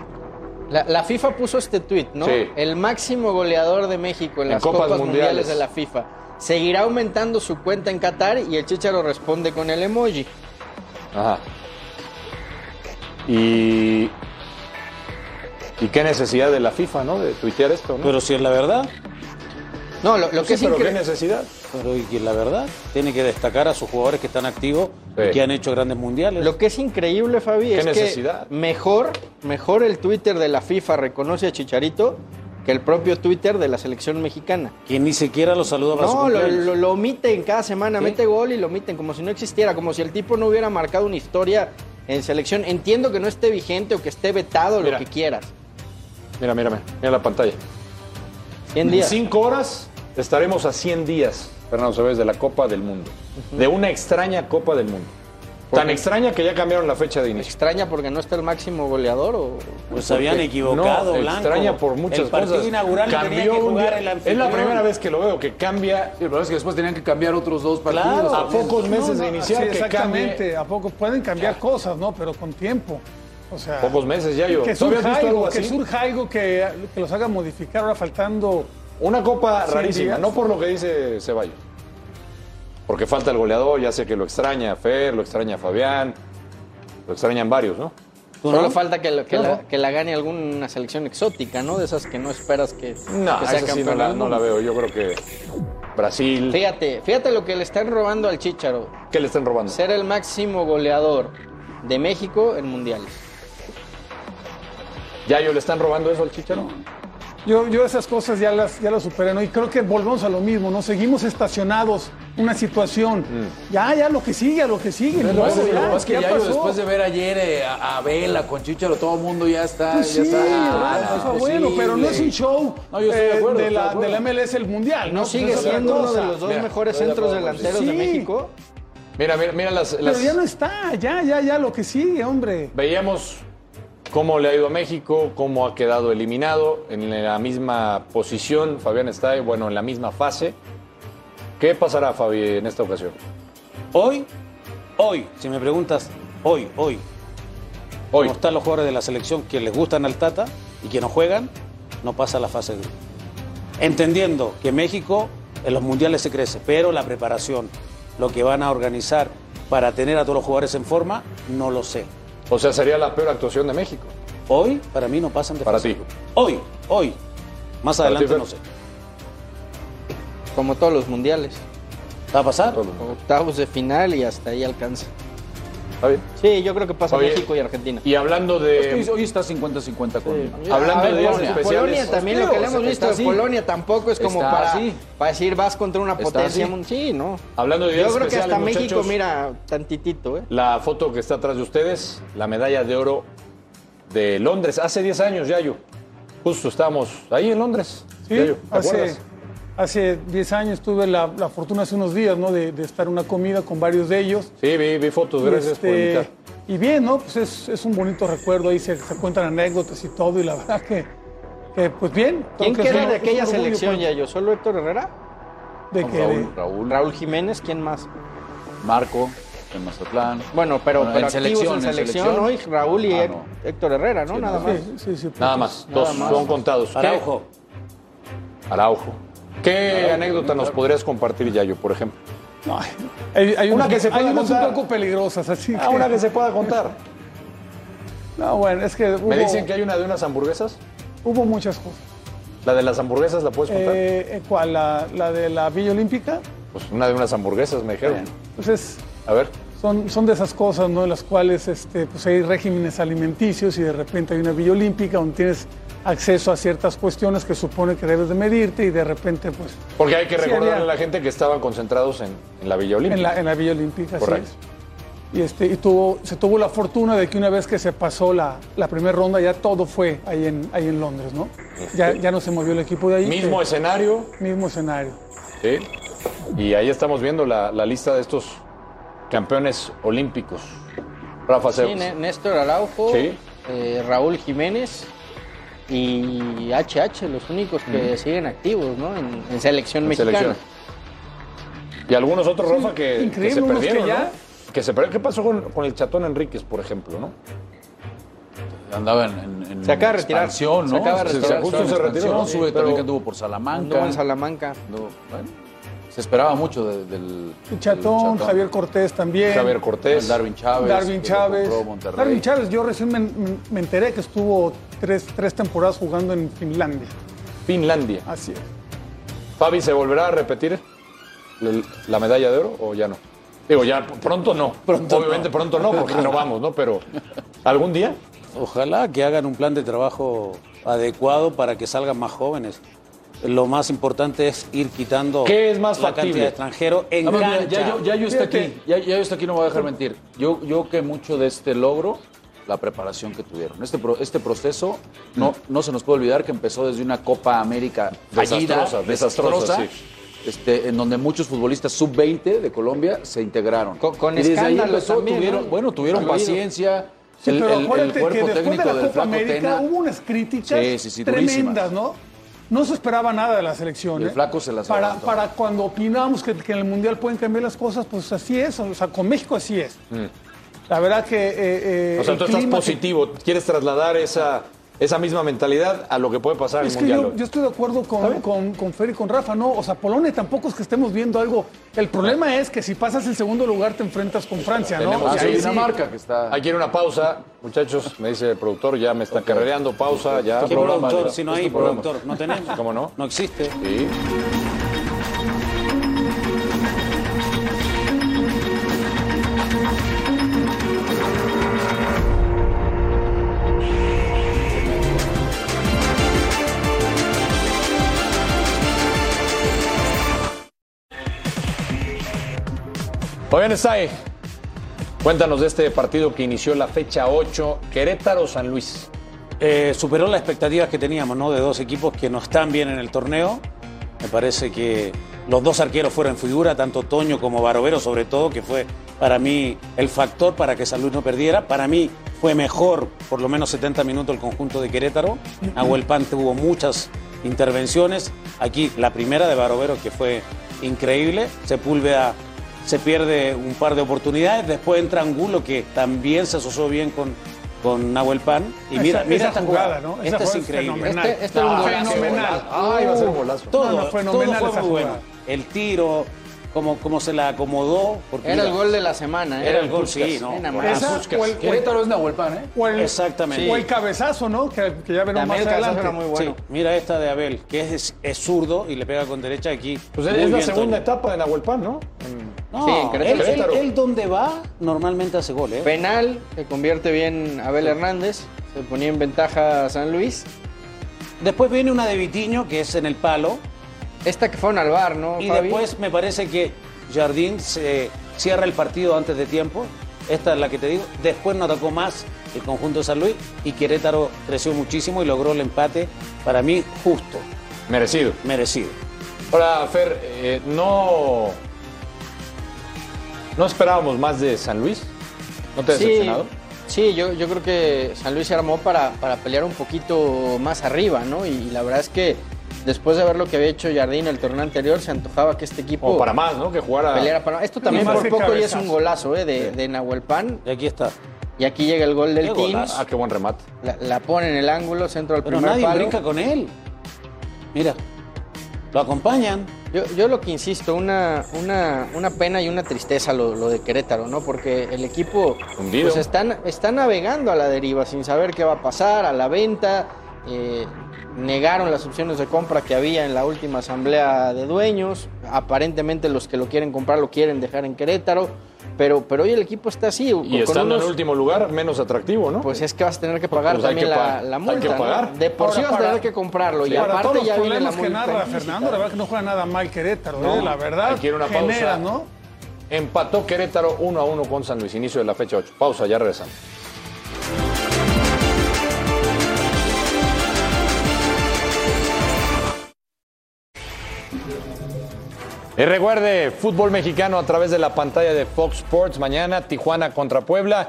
[SPEAKER 4] La, la FIFA puso este tuit, ¿no?
[SPEAKER 3] Sí.
[SPEAKER 4] El máximo goleador de México en
[SPEAKER 3] En
[SPEAKER 4] las
[SPEAKER 3] Copas
[SPEAKER 4] Copas, mundiales.
[SPEAKER 3] Mundiales.
[SPEAKER 4] de la FIFA. Seguirá aumentando su cuenta en Qatar y el Chicharo responde con el emoji.
[SPEAKER 3] ajá. Y. ¿Y qué necesidad de la FIFA, ¿no? De tuitear esto, ¿no?
[SPEAKER 6] Pero si es la verdad.
[SPEAKER 4] No, lo, lo
[SPEAKER 3] Sí,
[SPEAKER 4] que es
[SPEAKER 3] pero qué
[SPEAKER 4] increíble.
[SPEAKER 3] necesidad.
[SPEAKER 6] Pero y que la verdad tiene que destacar a sus jugadores que están activos
[SPEAKER 3] Sí.
[SPEAKER 6] y que han hecho grandes mundiales.
[SPEAKER 4] Lo que es increíble, Fabi,
[SPEAKER 3] ¿Qué
[SPEAKER 4] es
[SPEAKER 3] necesidad?
[SPEAKER 4] que mejor, mejor el Twitter de la FIFA reconoce a Chicharito que el propio Twitter de la selección mexicana.
[SPEAKER 6] Que ni siquiera los saluda para su
[SPEAKER 4] No, lo,
[SPEAKER 6] cumpleaños.
[SPEAKER 4] lo- lo omiten cada semana, mete gol y lo omiten como si no existiera, como si el tipo no hubiera marcado una historia en selección. Entiendo que no esté vigente o que esté vetado,
[SPEAKER 3] Mira.
[SPEAKER 4] lo que quieras.
[SPEAKER 3] Mira, mírame, mira la pantalla.
[SPEAKER 4] 100 días.
[SPEAKER 3] En cinco horas estaremos a 100 días, Fernando Ceballos, de la Copa del Mundo. De una extraña Copa del Mundo. Tan extraña que ya cambiaron la fecha de inicio.
[SPEAKER 4] Extraña porque no está el máximo goleador o...
[SPEAKER 6] Pues se habían equivocado,
[SPEAKER 3] no,
[SPEAKER 6] Blanco.
[SPEAKER 3] extraña por muchas
[SPEAKER 6] El partido
[SPEAKER 3] cosas.
[SPEAKER 6] inaugural
[SPEAKER 3] Cambió
[SPEAKER 6] tenía que
[SPEAKER 3] un
[SPEAKER 6] jugar
[SPEAKER 3] día.
[SPEAKER 6] el
[SPEAKER 3] Es
[SPEAKER 6] anfitrión.
[SPEAKER 3] la primera vez que lo veo que cambia
[SPEAKER 5] Sí, el problema es que después tenían que cambiar otros dos partidos.
[SPEAKER 6] Claro,
[SPEAKER 3] a
[SPEAKER 5] también.
[SPEAKER 3] pocos meses de iniciar.
[SPEAKER 7] Sí,
[SPEAKER 3] que
[SPEAKER 7] exactamente,
[SPEAKER 3] cambie-
[SPEAKER 7] a poco pueden cambiar cosas, ¿no? Pero con tiempo. O sea,
[SPEAKER 3] Pocos meses ya yo.
[SPEAKER 7] que
[SPEAKER 3] ¿Tú habías
[SPEAKER 7] surja
[SPEAKER 3] visto algo
[SPEAKER 7] algo, que
[SPEAKER 3] así?
[SPEAKER 7] surja algo que, que los haga modificar ahora faltando.
[SPEAKER 3] Una copa
[SPEAKER 7] 100
[SPEAKER 3] rarísima,
[SPEAKER 7] días.
[SPEAKER 3] no por lo que dice Ceballos. Porque falta el goleador, ya sé que lo extraña Fer, lo extraña Fabián, lo extrañan varios, ¿no?
[SPEAKER 4] Solo falta que, lo- que la, que la gane alguna selección exótica, ¿no? De esas que no esperas que,
[SPEAKER 3] No,
[SPEAKER 4] que sea
[SPEAKER 3] esa sí no
[SPEAKER 4] campeona
[SPEAKER 3] la,
[SPEAKER 4] del
[SPEAKER 3] no la
[SPEAKER 4] mundo.
[SPEAKER 3] veo. Yo creo que Brasil.
[SPEAKER 4] Fíjate, fíjate lo que le están robando al Chicharo.
[SPEAKER 3] ¿Qué le están robando?
[SPEAKER 4] Ser el máximo goleador de México en mundiales.
[SPEAKER 3] ¿Ya yo le están robando eso al Chicharo?
[SPEAKER 7] Yo, yo esas cosas ya las, ya las superé, ¿no? Y creo que volvemos a lo mismo, ¿no? Seguimos estacionados, una situación.
[SPEAKER 5] Mm.
[SPEAKER 7] Ya, ya, lo que sigue, a lo que sigue.
[SPEAKER 5] Pero
[SPEAKER 7] ¿no?
[SPEAKER 5] lo que pasa es
[SPEAKER 7] Ya,
[SPEAKER 5] que- lo que pasa es que
[SPEAKER 7] ya
[SPEAKER 5] ya yo,
[SPEAKER 7] pasó.
[SPEAKER 5] después de ver ayer eh, a, a Vela con Chicharo, todo el mundo ya está.
[SPEAKER 7] Pues
[SPEAKER 5] ya
[SPEAKER 7] sí,
[SPEAKER 5] está,
[SPEAKER 7] ¿verdad?
[SPEAKER 5] ah,
[SPEAKER 7] Eso, bueno, pero no es un show
[SPEAKER 5] No, yo estoy de
[SPEAKER 7] eh,
[SPEAKER 5] acuerdo,
[SPEAKER 7] de,
[SPEAKER 5] estoy de
[SPEAKER 7] la,
[SPEAKER 5] acuerdo.
[SPEAKER 7] de la MLS el Mundial, ¿no?
[SPEAKER 4] ¿No sigue
[SPEAKER 7] Pues es otra
[SPEAKER 4] siendo uno
[SPEAKER 7] cosa.
[SPEAKER 4] de los dos
[SPEAKER 5] Mira,
[SPEAKER 4] mejores
[SPEAKER 5] estoy de
[SPEAKER 4] centros
[SPEAKER 5] acuerdo,
[SPEAKER 4] delanteros de
[SPEAKER 7] sí.
[SPEAKER 4] México?
[SPEAKER 3] Mira, mira, mira las.
[SPEAKER 7] Pero
[SPEAKER 3] las-
[SPEAKER 7] ya no está, ya, ya, ya, lo que sigue, hombre.
[SPEAKER 3] Veíamos cómo le ha ido a México, cómo ha quedado eliminado en la misma posición. Fabián está, eh, bueno, en la misma fase. ¿Qué pasará, Fabi, en esta ocasión?
[SPEAKER 6] Hoy, hoy, si me preguntas, hoy, hoy,
[SPEAKER 3] Hoy.
[SPEAKER 6] como están los jugadores de la selección que les gustan al Tata y que no juegan, no pasa a la fase de grupo. Entendiendo que México en los mundiales se crece, pero la preparación, lo que van a organizar para tener a todos los jugadores en forma, no lo sé.
[SPEAKER 3] O sea, sería la peor actuación de México.
[SPEAKER 6] Hoy, para mí, no pasan de
[SPEAKER 3] Para
[SPEAKER 6] fase
[SPEAKER 3] ti.
[SPEAKER 6] de grupo. Hoy, hoy. Más
[SPEAKER 3] Para ti,
[SPEAKER 6] adelante
[SPEAKER 3] Fer.
[SPEAKER 6] no sé.
[SPEAKER 4] Como todos los mundiales.
[SPEAKER 6] ¿Va a pasar?
[SPEAKER 4] Octavos de final y hasta ahí alcanza.
[SPEAKER 3] ¿Está bien?
[SPEAKER 4] Sí, yo creo que pasa
[SPEAKER 3] Oye,
[SPEAKER 4] México y Argentina.
[SPEAKER 3] Y hablando
[SPEAKER 5] Es que hoy-
[SPEAKER 3] de.
[SPEAKER 5] hoy está 50-50 con.
[SPEAKER 3] Hablando
[SPEAKER 4] A ver,
[SPEAKER 3] de días
[SPEAKER 4] Polonia.
[SPEAKER 3] especiales.
[SPEAKER 4] Polonia también, lo que le hemos
[SPEAKER 5] Está
[SPEAKER 4] visto de
[SPEAKER 5] así.
[SPEAKER 4] Polonia tampoco es Pues como
[SPEAKER 5] Está
[SPEAKER 4] para,
[SPEAKER 5] así.
[SPEAKER 4] para decir vas contra una
[SPEAKER 5] Está
[SPEAKER 4] potencia.
[SPEAKER 5] así.
[SPEAKER 4] mun- Sí, no.
[SPEAKER 3] Hablando de
[SPEAKER 4] Yo
[SPEAKER 3] días
[SPEAKER 4] creo que hasta
[SPEAKER 3] especiales,
[SPEAKER 4] México,
[SPEAKER 3] muchachos.
[SPEAKER 4] mira, tantitito, ¿eh?
[SPEAKER 3] La foto que está atrás de ustedes, la medalla de oro de Londres, hace 10 años, Yayo. Justo estábamos ahí en Londres.
[SPEAKER 7] Sí,
[SPEAKER 3] Yayo, ¿te
[SPEAKER 7] hace,
[SPEAKER 3] acuerdas?
[SPEAKER 7] hace 10 años tuve la, la fortuna hace unos días, ¿no? De, de estar en una comida con varios de ellos.
[SPEAKER 3] Sí, vi, vi fotos, gracias por
[SPEAKER 7] Este,
[SPEAKER 3] invitar.
[SPEAKER 7] Y bien, ¿no? Pues es, es un bonito recuerdo, ahí se, se cuentan anécdotas y todo, y la [laughs] verdad que, que, pues bien.
[SPEAKER 4] ¿Quién
[SPEAKER 7] creo que es
[SPEAKER 4] queda
[SPEAKER 7] un-
[SPEAKER 4] de
[SPEAKER 7] es un
[SPEAKER 4] aquella
[SPEAKER 7] orgullo,
[SPEAKER 4] selección,
[SPEAKER 7] pues.
[SPEAKER 4] Yayo? ¿Solo Héctor Herrera?
[SPEAKER 7] ¿De
[SPEAKER 4] No,
[SPEAKER 7] qué?
[SPEAKER 4] Raúl,
[SPEAKER 5] Raúl.
[SPEAKER 4] Raúl Jiménez, ¿quién más?
[SPEAKER 5] Marco, en Mazatlán.
[SPEAKER 4] Bueno, pero,
[SPEAKER 5] Bueno,
[SPEAKER 4] pero
[SPEAKER 5] en
[SPEAKER 4] activos
[SPEAKER 5] selección,
[SPEAKER 4] en
[SPEAKER 5] en
[SPEAKER 4] selección,
[SPEAKER 5] selección.
[SPEAKER 4] ¿no? Y Raúl y
[SPEAKER 5] Ah,
[SPEAKER 4] Hec- Héctor Herrera, ¿no?
[SPEAKER 5] Sí,
[SPEAKER 4] Nada
[SPEAKER 5] no.
[SPEAKER 4] más.
[SPEAKER 7] Sí, sí, sí, pues,
[SPEAKER 3] Nada más,
[SPEAKER 4] Nada
[SPEAKER 3] dos
[SPEAKER 4] más.
[SPEAKER 3] son contados. ¿Qué-
[SPEAKER 6] Araujo.
[SPEAKER 3] Araujo. ¿Qué anécdota nos podrías compartir, Yayo, por ejemplo?
[SPEAKER 7] Hay, hay
[SPEAKER 3] Una
[SPEAKER 7] unas-
[SPEAKER 3] que se
[SPEAKER 7] hay
[SPEAKER 3] pueda
[SPEAKER 7] unas un
[SPEAKER 3] contar. Ah,
[SPEAKER 7] poco peligrosas, así que...
[SPEAKER 3] una que se pueda contar.
[SPEAKER 7] [laughs] No, bueno, es que hubo,
[SPEAKER 3] Me dicen que hay una de unas hamburguesas.
[SPEAKER 7] hubo muchas cosas.
[SPEAKER 3] ¿La de las hamburguesas la puedes contar?
[SPEAKER 7] Eh, ¿Cuál? La, la de la Villa Olímpica?
[SPEAKER 3] Pues una de unas hamburguesas, me dijeron.
[SPEAKER 7] Pues es...
[SPEAKER 3] A ver.
[SPEAKER 7] Son, son de esas cosas, ¿no? En las cuales este, pues hay regímenes alimenticios y de repente hay una villa olímpica donde tienes acceso a ciertas cuestiones que supone que debes de medirte y de repente, pues,
[SPEAKER 3] Porque hay que
[SPEAKER 7] Sí,
[SPEAKER 3] recordarle
[SPEAKER 7] había-
[SPEAKER 3] a la gente que estaban concentrados en, en la Villa Olímpica.
[SPEAKER 7] en la, en la villa olímpica. así
[SPEAKER 3] Correcto.
[SPEAKER 7] es. Y, este, y tuvo, se tuvo la fortuna de que una vez que se pasó la, la primera ronda ya todo fue ahí en, ahí en Londres, ¿no? Ya, ya no se movió el equipo de ahí.
[SPEAKER 3] Mismo
[SPEAKER 7] que-
[SPEAKER 3] escenario.
[SPEAKER 7] mismo escenario.
[SPEAKER 3] Sí. Y ahí estamos viendo la, la lista de estos campeones olímpicos. Rafa
[SPEAKER 4] Sí,
[SPEAKER 3] Sebas.
[SPEAKER 4] Né- Néstor Araujo,
[SPEAKER 3] Sí.
[SPEAKER 4] eh, Raúl Jiménez y HH, los únicos que siguen activos, ¿no? En, en selección
[SPEAKER 3] En
[SPEAKER 4] mexicana.
[SPEAKER 3] selección. Y algunos otros, Rafa, que,
[SPEAKER 7] increíble,
[SPEAKER 3] que se
[SPEAKER 7] unos que
[SPEAKER 3] perdieron,
[SPEAKER 7] ya-
[SPEAKER 3] ¿no? Que se perdieron. ¿Qué pasó con, con el Chatón Enríquez, por ejemplo, no?
[SPEAKER 5] Andaba en, en- en
[SPEAKER 4] Se acaba de retirar.
[SPEAKER 5] expansión, ¿no?
[SPEAKER 4] Se acaba de
[SPEAKER 5] Se- se-
[SPEAKER 4] retirar.
[SPEAKER 5] justo
[SPEAKER 3] Estaba
[SPEAKER 5] se
[SPEAKER 3] en
[SPEAKER 5] retiró.
[SPEAKER 3] expansión,
[SPEAKER 5] ¿no?
[SPEAKER 3] sí,
[SPEAKER 5] Sube
[SPEAKER 3] pero-
[SPEAKER 5] también que anduvo por Salamanca.
[SPEAKER 4] Anduvo en Salamanca.
[SPEAKER 5] Anduvo- bueno, se esperaba mucho de- del,
[SPEAKER 7] Y
[SPEAKER 5] del
[SPEAKER 7] Chatón, Javier Cortés también.
[SPEAKER 3] Javier
[SPEAKER 5] El
[SPEAKER 3] Cortés.
[SPEAKER 5] Darwin Chávez.
[SPEAKER 7] Darwin
[SPEAKER 5] que lo
[SPEAKER 7] Chávez.
[SPEAKER 5] compró Monterrey.
[SPEAKER 7] Darwin Chávez, yo recién me, me- me enteré que estuvo tres, tres temporadas jugando en Finlandia.
[SPEAKER 3] Finlandia.
[SPEAKER 7] Así es.
[SPEAKER 3] Fabi, ¿se volverá a repetir el- la medalla de oro o ya no? Digo, ya p- pronto no. Obviamente pronto no, porque no vamos, ¿no? Pero algún día.
[SPEAKER 6] Ojalá que hagan un plan de trabajo adecuado para que salgan más jóvenes. Lo más importante es ir quitando
[SPEAKER 3] ¿Qué es más
[SPEAKER 6] la
[SPEAKER 3] factible?
[SPEAKER 6] cantidad de extranjeros en
[SPEAKER 5] Vamos, mira,
[SPEAKER 6] cancha.
[SPEAKER 5] Ah, ya, yo, ya yo está
[SPEAKER 7] Fíjate.
[SPEAKER 5] aquí, ya, ya yo está aquí, no me voy a dejar mentir. Yo, yo que mucho de este logro, la preparación que tuvieron. Este, pro- este proceso, no, no se nos puede olvidar que empezó desde una Copa América fallida,
[SPEAKER 3] Desastrosa, desastrosa,
[SPEAKER 5] Este, en donde muchos futbolistas sub-20 de Colombia se integraron.
[SPEAKER 4] Con- con
[SPEAKER 5] Y desde ahí
[SPEAKER 4] escándalos
[SPEAKER 5] empezó,
[SPEAKER 4] también,
[SPEAKER 5] tuvieron,
[SPEAKER 4] ¿no?
[SPEAKER 5] bueno, tuvieron
[SPEAKER 4] Incluido.
[SPEAKER 5] paciencia.
[SPEAKER 7] Sí,
[SPEAKER 5] el,
[SPEAKER 7] pero
[SPEAKER 5] el- el
[SPEAKER 7] acuérdate que
[SPEAKER 5] cuerpo
[SPEAKER 7] después de
[SPEAKER 5] técnico
[SPEAKER 7] la
[SPEAKER 5] del
[SPEAKER 7] Copa
[SPEAKER 5] Flaco
[SPEAKER 7] América
[SPEAKER 5] Tena.
[SPEAKER 7] hubo unas críticas
[SPEAKER 5] Sí, sí, sí, durísimas.
[SPEAKER 7] tremendas, ¿no? No se esperaba nada de la selección.
[SPEAKER 5] Y el
[SPEAKER 7] ¿eh?
[SPEAKER 5] Flaco se las
[SPEAKER 7] para,
[SPEAKER 5] aguantó.
[SPEAKER 7] para cuando opinamos que, que en el Mundial pueden cambiar las cosas, pues así es. O sea, con México así es.
[SPEAKER 4] Mm.
[SPEAKER 7] La verdad que... eh, eh,
[SPEAKER 3] O sea,
[SPEAKER 7] el
[SPEAKER 3] tú estás
[SPEAKER 7] clima que-
[SPEAKER 3] positivo. Quieres trasladar esa, esa misma mentalidad a lo que puede pasar en
[SPEAKER 7] Es
[SPEAKER 3] el
[SPEAKER 7] que
[SPEAKER 3] Mundial.
[SPEAKER 7] yo,
[SPEAKER 3] hoy.
[SPEAKER 7] yo estoy de acuerdo con, con, con Fer y con Rafa, ¿no? O sea, Polonia tampoco es que estemos viendo algo. El problema es que si pasas el segundo lugar te enfrentas con Francia, ¿no?
[SPEAKER 3] Tenemos
[SPEAKER 7] Y
[SPEAKER 5] Ah,
[SPEAKER 7] ahí
[SPEAKER 5] sí,
[SPEAKER 7] sí.
[SPEAKER 5] Dinamarca que está.
[SPEAKER 3] Aquí hay una pausa, muchachos, me dice el productor, ya me está carreando, pausa, ya.
[SPEAKER 6] ¿Qué
[SPEAKER 3] programa,
[SPEAKER 6] productor?
[SPEAKER 3] ya.
[SPEAKER 6] Si no
[SPEAKER 3] Es
[SPEAKER 6] hay
[SPEAKER 3] tu programa.
[SPEAKER 6] productor, no tenemos.
[SPEAKER 3] ¿Cómo no?
[SPEAKER 6] No existe.
[SPEAKER 3] Sí. Oigan, está ahí. Cuéntanos de este partido que inició la fecha 8, Querétaro-San Luis.
[SPEAKER 6] Eh, superó las expectativas que teníamos, ¿no? De dos equipos que no están bien en el torneo. Me parece que los dos arqueros fueron figura, tanto Toño como Barovero, sobre todo, que fue para mí el factor para que San Luis no perdiera. Para mí fue mejor, por lo menos 70 minutos, el conjunto de Querétaro. Nahuel Pan tuvo muchas intervenciones. Aquí la primera de Barovero, que fue increíble. Sepúlveda se pierde un par de oportunidades. Después entra Angulo, que también se asoció bien con, con Nahuel Pan. Y mira,
[SPEAKER 7] Esa-
[SPEAKER 6] mira
[SPEAKER 7] esa
[SPEAKER 6] esta
[SPEAKER 7] jugada,
[SPEAKER 6] jugada,
[SPEAKER 7] ¿no? Esa
[SPEAKER 6] Esta es
[SPEAKER 7] jugada es
[SPEAKER 6] increíble.
[SPEAKER 7] fenomenal.
[SPEAKER 4] Este, este era un
[SPEAKER 7] Ah,
[SPEAKER 4] golazo.
[SPEAKER 7] fenomenal.
[SPEAKER 3] Ay, va a ser golazo.
[SPEAKER 6] Todo,
[SPEAKER 7] No, no, fenomenal
[SPEAKER 6] todo
[SPEAKER 7] esa
[SPEAKER 6] fue muy bueno.
[SPEAKER 7] jugada.
[SPEAKER 6] El tiro, como, como se la acomodó. Porque
[SPEAKER 4] Era el
[SPEAKER 6] mira,
[SPEAKER 4] gol de la semana, ¿eh?
[SPEAKER 6] Era el gol, sí, ¿no?
[SPEAKER 4] Nada más.
[SPEAKER 7] Esa
[SPEAKER 5] Puskas.
[SPEAKER 7] o el-
[SPEAKER 5] Querétaro es Nahuel Pan, ¿eh?
[SPEAKER 7] O el,
[SPEAKER 6] Exactamente.
[SPEAKER 7] o el cabezazo, ¿no? Que, que ya veremos
[SPEAKER 4] También
[SPEAKER 7] más
[SPEAKER 4] el cabezazo
[SPEAKER 7] adelante.
[SPEAKER 4] era muy bueno.
[SPEAKER 6] Sí, mira esta de Abel, que es, es zurdo y le pega con derecha aquí.
[SPEAKER 3] Pues es,
[SPEAKER 6] Muy
[SPEAKER 3] es la
[SPEAKER 6] bien,
[SPEAKER 3] segunda
[SPEAKER 6] Toño.
[SPEAKER 3] etapa de Nahuel Pan, ¿no?
[SPEAKER 6] No,
[SPEAKER 4] Sí, en Querétaro.
[SPEAKER 6] él- él,
[SPEAKER 3] Querétaro.
[SPEAKER 6] él donde va, normalmente hace gol, ¿eh?
[SPEAKER 4] Penal, se convierte bien Abel Hernández, se ponía en ventaja San Luis.
[SPEAKER 6] Después viene una de Vitiño, que es en el palo.
[SPEAKER 4] Esta que fueron al bar, ¿no?
[SPEAKER 6] Y
[SPEAKER 4] Fabi?
[SPEAKER 6] después me parece que Jardín se cierra el partido antes de tiempo. esta es la que te digo. Después no atacó más el conjunto de San Luis y Querétaro creció muchísimo y logró el empate, para mí, justo.
[SPEAKER 3] Merecido.
[SPEAKER 6] Merecido.
[SPEAKER 3] Ahora, Fer, eh, no. No esperábamos más de San Luis. ¿No te has
[SPEAKER 4] Sí,
[SPEAKER 3] decepcionado?
[SPEAKER 4] Sí, yo, yo creo que San Luis se armó para, para pelear un poquito más arriba, ¿no? Y, la verdad es que después de ver lo que había hecho Jardín el torneo anterior, se antojaba que este equipo.
[SPEAKER 3] O para más, ¿no? Que jugara-
[SPEAKER 4] Peleara para- Esto también
[SPEAKER 3] Y más
[SPEAKER 4] por
[SPEAKER 3] de
[SPEAKER 4] poco ya es
[SPEAKER 3] cabezazo.
[SPEAKER 4] un golazo, ¿eh? De, de Nahuel Pan.
[SPEAKER 6] Y aquí está.
[SPEAKER 4] Y aquí llega el gol del
[SPEAKER 6] Qué
[SPEAKER 4] Team.
[SPEAKER 6] golazo. Ah,
[SPEAKER 3] qué buen remate.
[SPEAKER 4] La, la pone en el ángulo, centro al
[SPEAKER 6] Pero
[SPEAKER 4] primer
[SPEAKER 6] nadie
[SPEAKER 4] palo.
[SPEAKER 6] brinca con él. Mira, lo acompañan.
[SPEAKER 4] Yo, yo lo que insisto, una, una, una pena y una tristeza lo, lo de Querétaro, ¿no? Porque el equipo
[SPEAKER 3] Hundido.
[SPEAKER 4] pues, está, está navegando a la deriva sin saber qué va a pasar, a la venta. eh, negaron las opciones de compra que había en la última asamblea de dueños. Aparentemente los que lo quieren comprar lo quieren dejar en Querétaro. Pero, pero hoy el equipo está así.
[SPEAKER 3] Y estando en el último lugar, menos atractivo, ¿no?
[SPEAKER 4] Pues es que vas a tener que pagar
[SPEAKER 3] Pues hay
[SPEAKER 4] también
[SPEAKER 3] que
[SPEAKER 4] la,
[SPEAKER 3] pagar.
[SPEAKER 4] la
[SPEAKER 3] Hay
[SPEAKER 4] multa.
[SPEAKER 3] que
[SPEAKER 4] ¿no?
[SPEAKER 3] pagar.
[SPEAKER 4] De por sí vas a tener que comprarlo. y
[SPEAKER 7] para todos
[SPEAKER 4] aparte
[SPEAKER 7] los
[SPEAKER 4] ya viene la
[SPEAKER 7] problemas que
[SPEAKER 4] multa.
[SPEAKER 7] narra Fernando, la verdad que no juega nada mal Querétaro,
[SPEAKER 3] No,
[SPEAKER 7] ¿eh? la verdad.
[SPEAKER 3] aquí era una pausa.
[SPEAKER 7] genera, ¿no?
[SPEAKER 3] Empató Querétaro 1 a 1 con San Luis, inicio de la fecha 8. Pausa, ya regresamos. Y recuerde, fútbol mexicano a través de la pantalla de Fox Sports. Mañana Tijuana contra Puebla.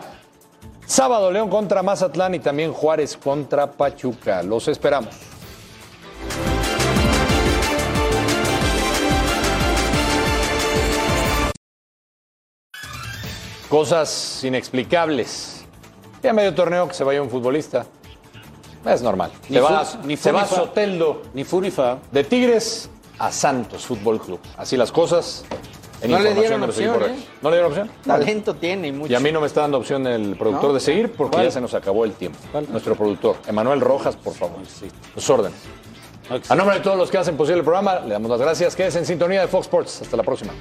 [SPEAKER 3] Sábado León contra Mazatlán y también Juárez contra Pachuca. Los esperamos. Cosas inexplicables. Ya medio torneo que se vaya un futbolista. Es normal.
[SPEAKER 6] Ni
[SPEAKER 3] se
[SPEAKER 6] fu-
[SPEAKER 3] va,
[SPEAKER 6] ni fu
[SPEAKER 3] se
[SPEAKER 6] ni
[SPEAKER 3] va
[SPEAKER 6] fa.
[SPEAKER 3] Soteldo.
[SPEAKER 6] Ni Funifa.
[SPEAKER 3] De Tigres a Santos Fútbol Club. Así las cosas. En
[SPEAKER 4] No le
[SPEAKER 3] información
[SPEAKER 4] dieron
[SPEAKER 3] de los
[SPEAKER 4] opción,
[SPEAKER 3] incorrectos.
[SPEAKER 4] ¿eh?
[SPEAKER 3] ¿No le dieron opción?
[SPEAKER 4] Talento tiene y mucho.
[SPEAKER 3] Y a mí no me está dando opción el productor
[SPEAKER 4] No.
[SPEAKER 3] de seguir porque
[SPEAKER 4] ¿Cuál?
[SPEAKER 3] ya se nos acabó el tiempo. Nuestro productor, Emanuel Rojas, por favor. Sus órdenes. A nombre de todos los que hacen posible el programa, le damos las gracias. Quédense en sintonía de Fox Sports. Hasta la próxima.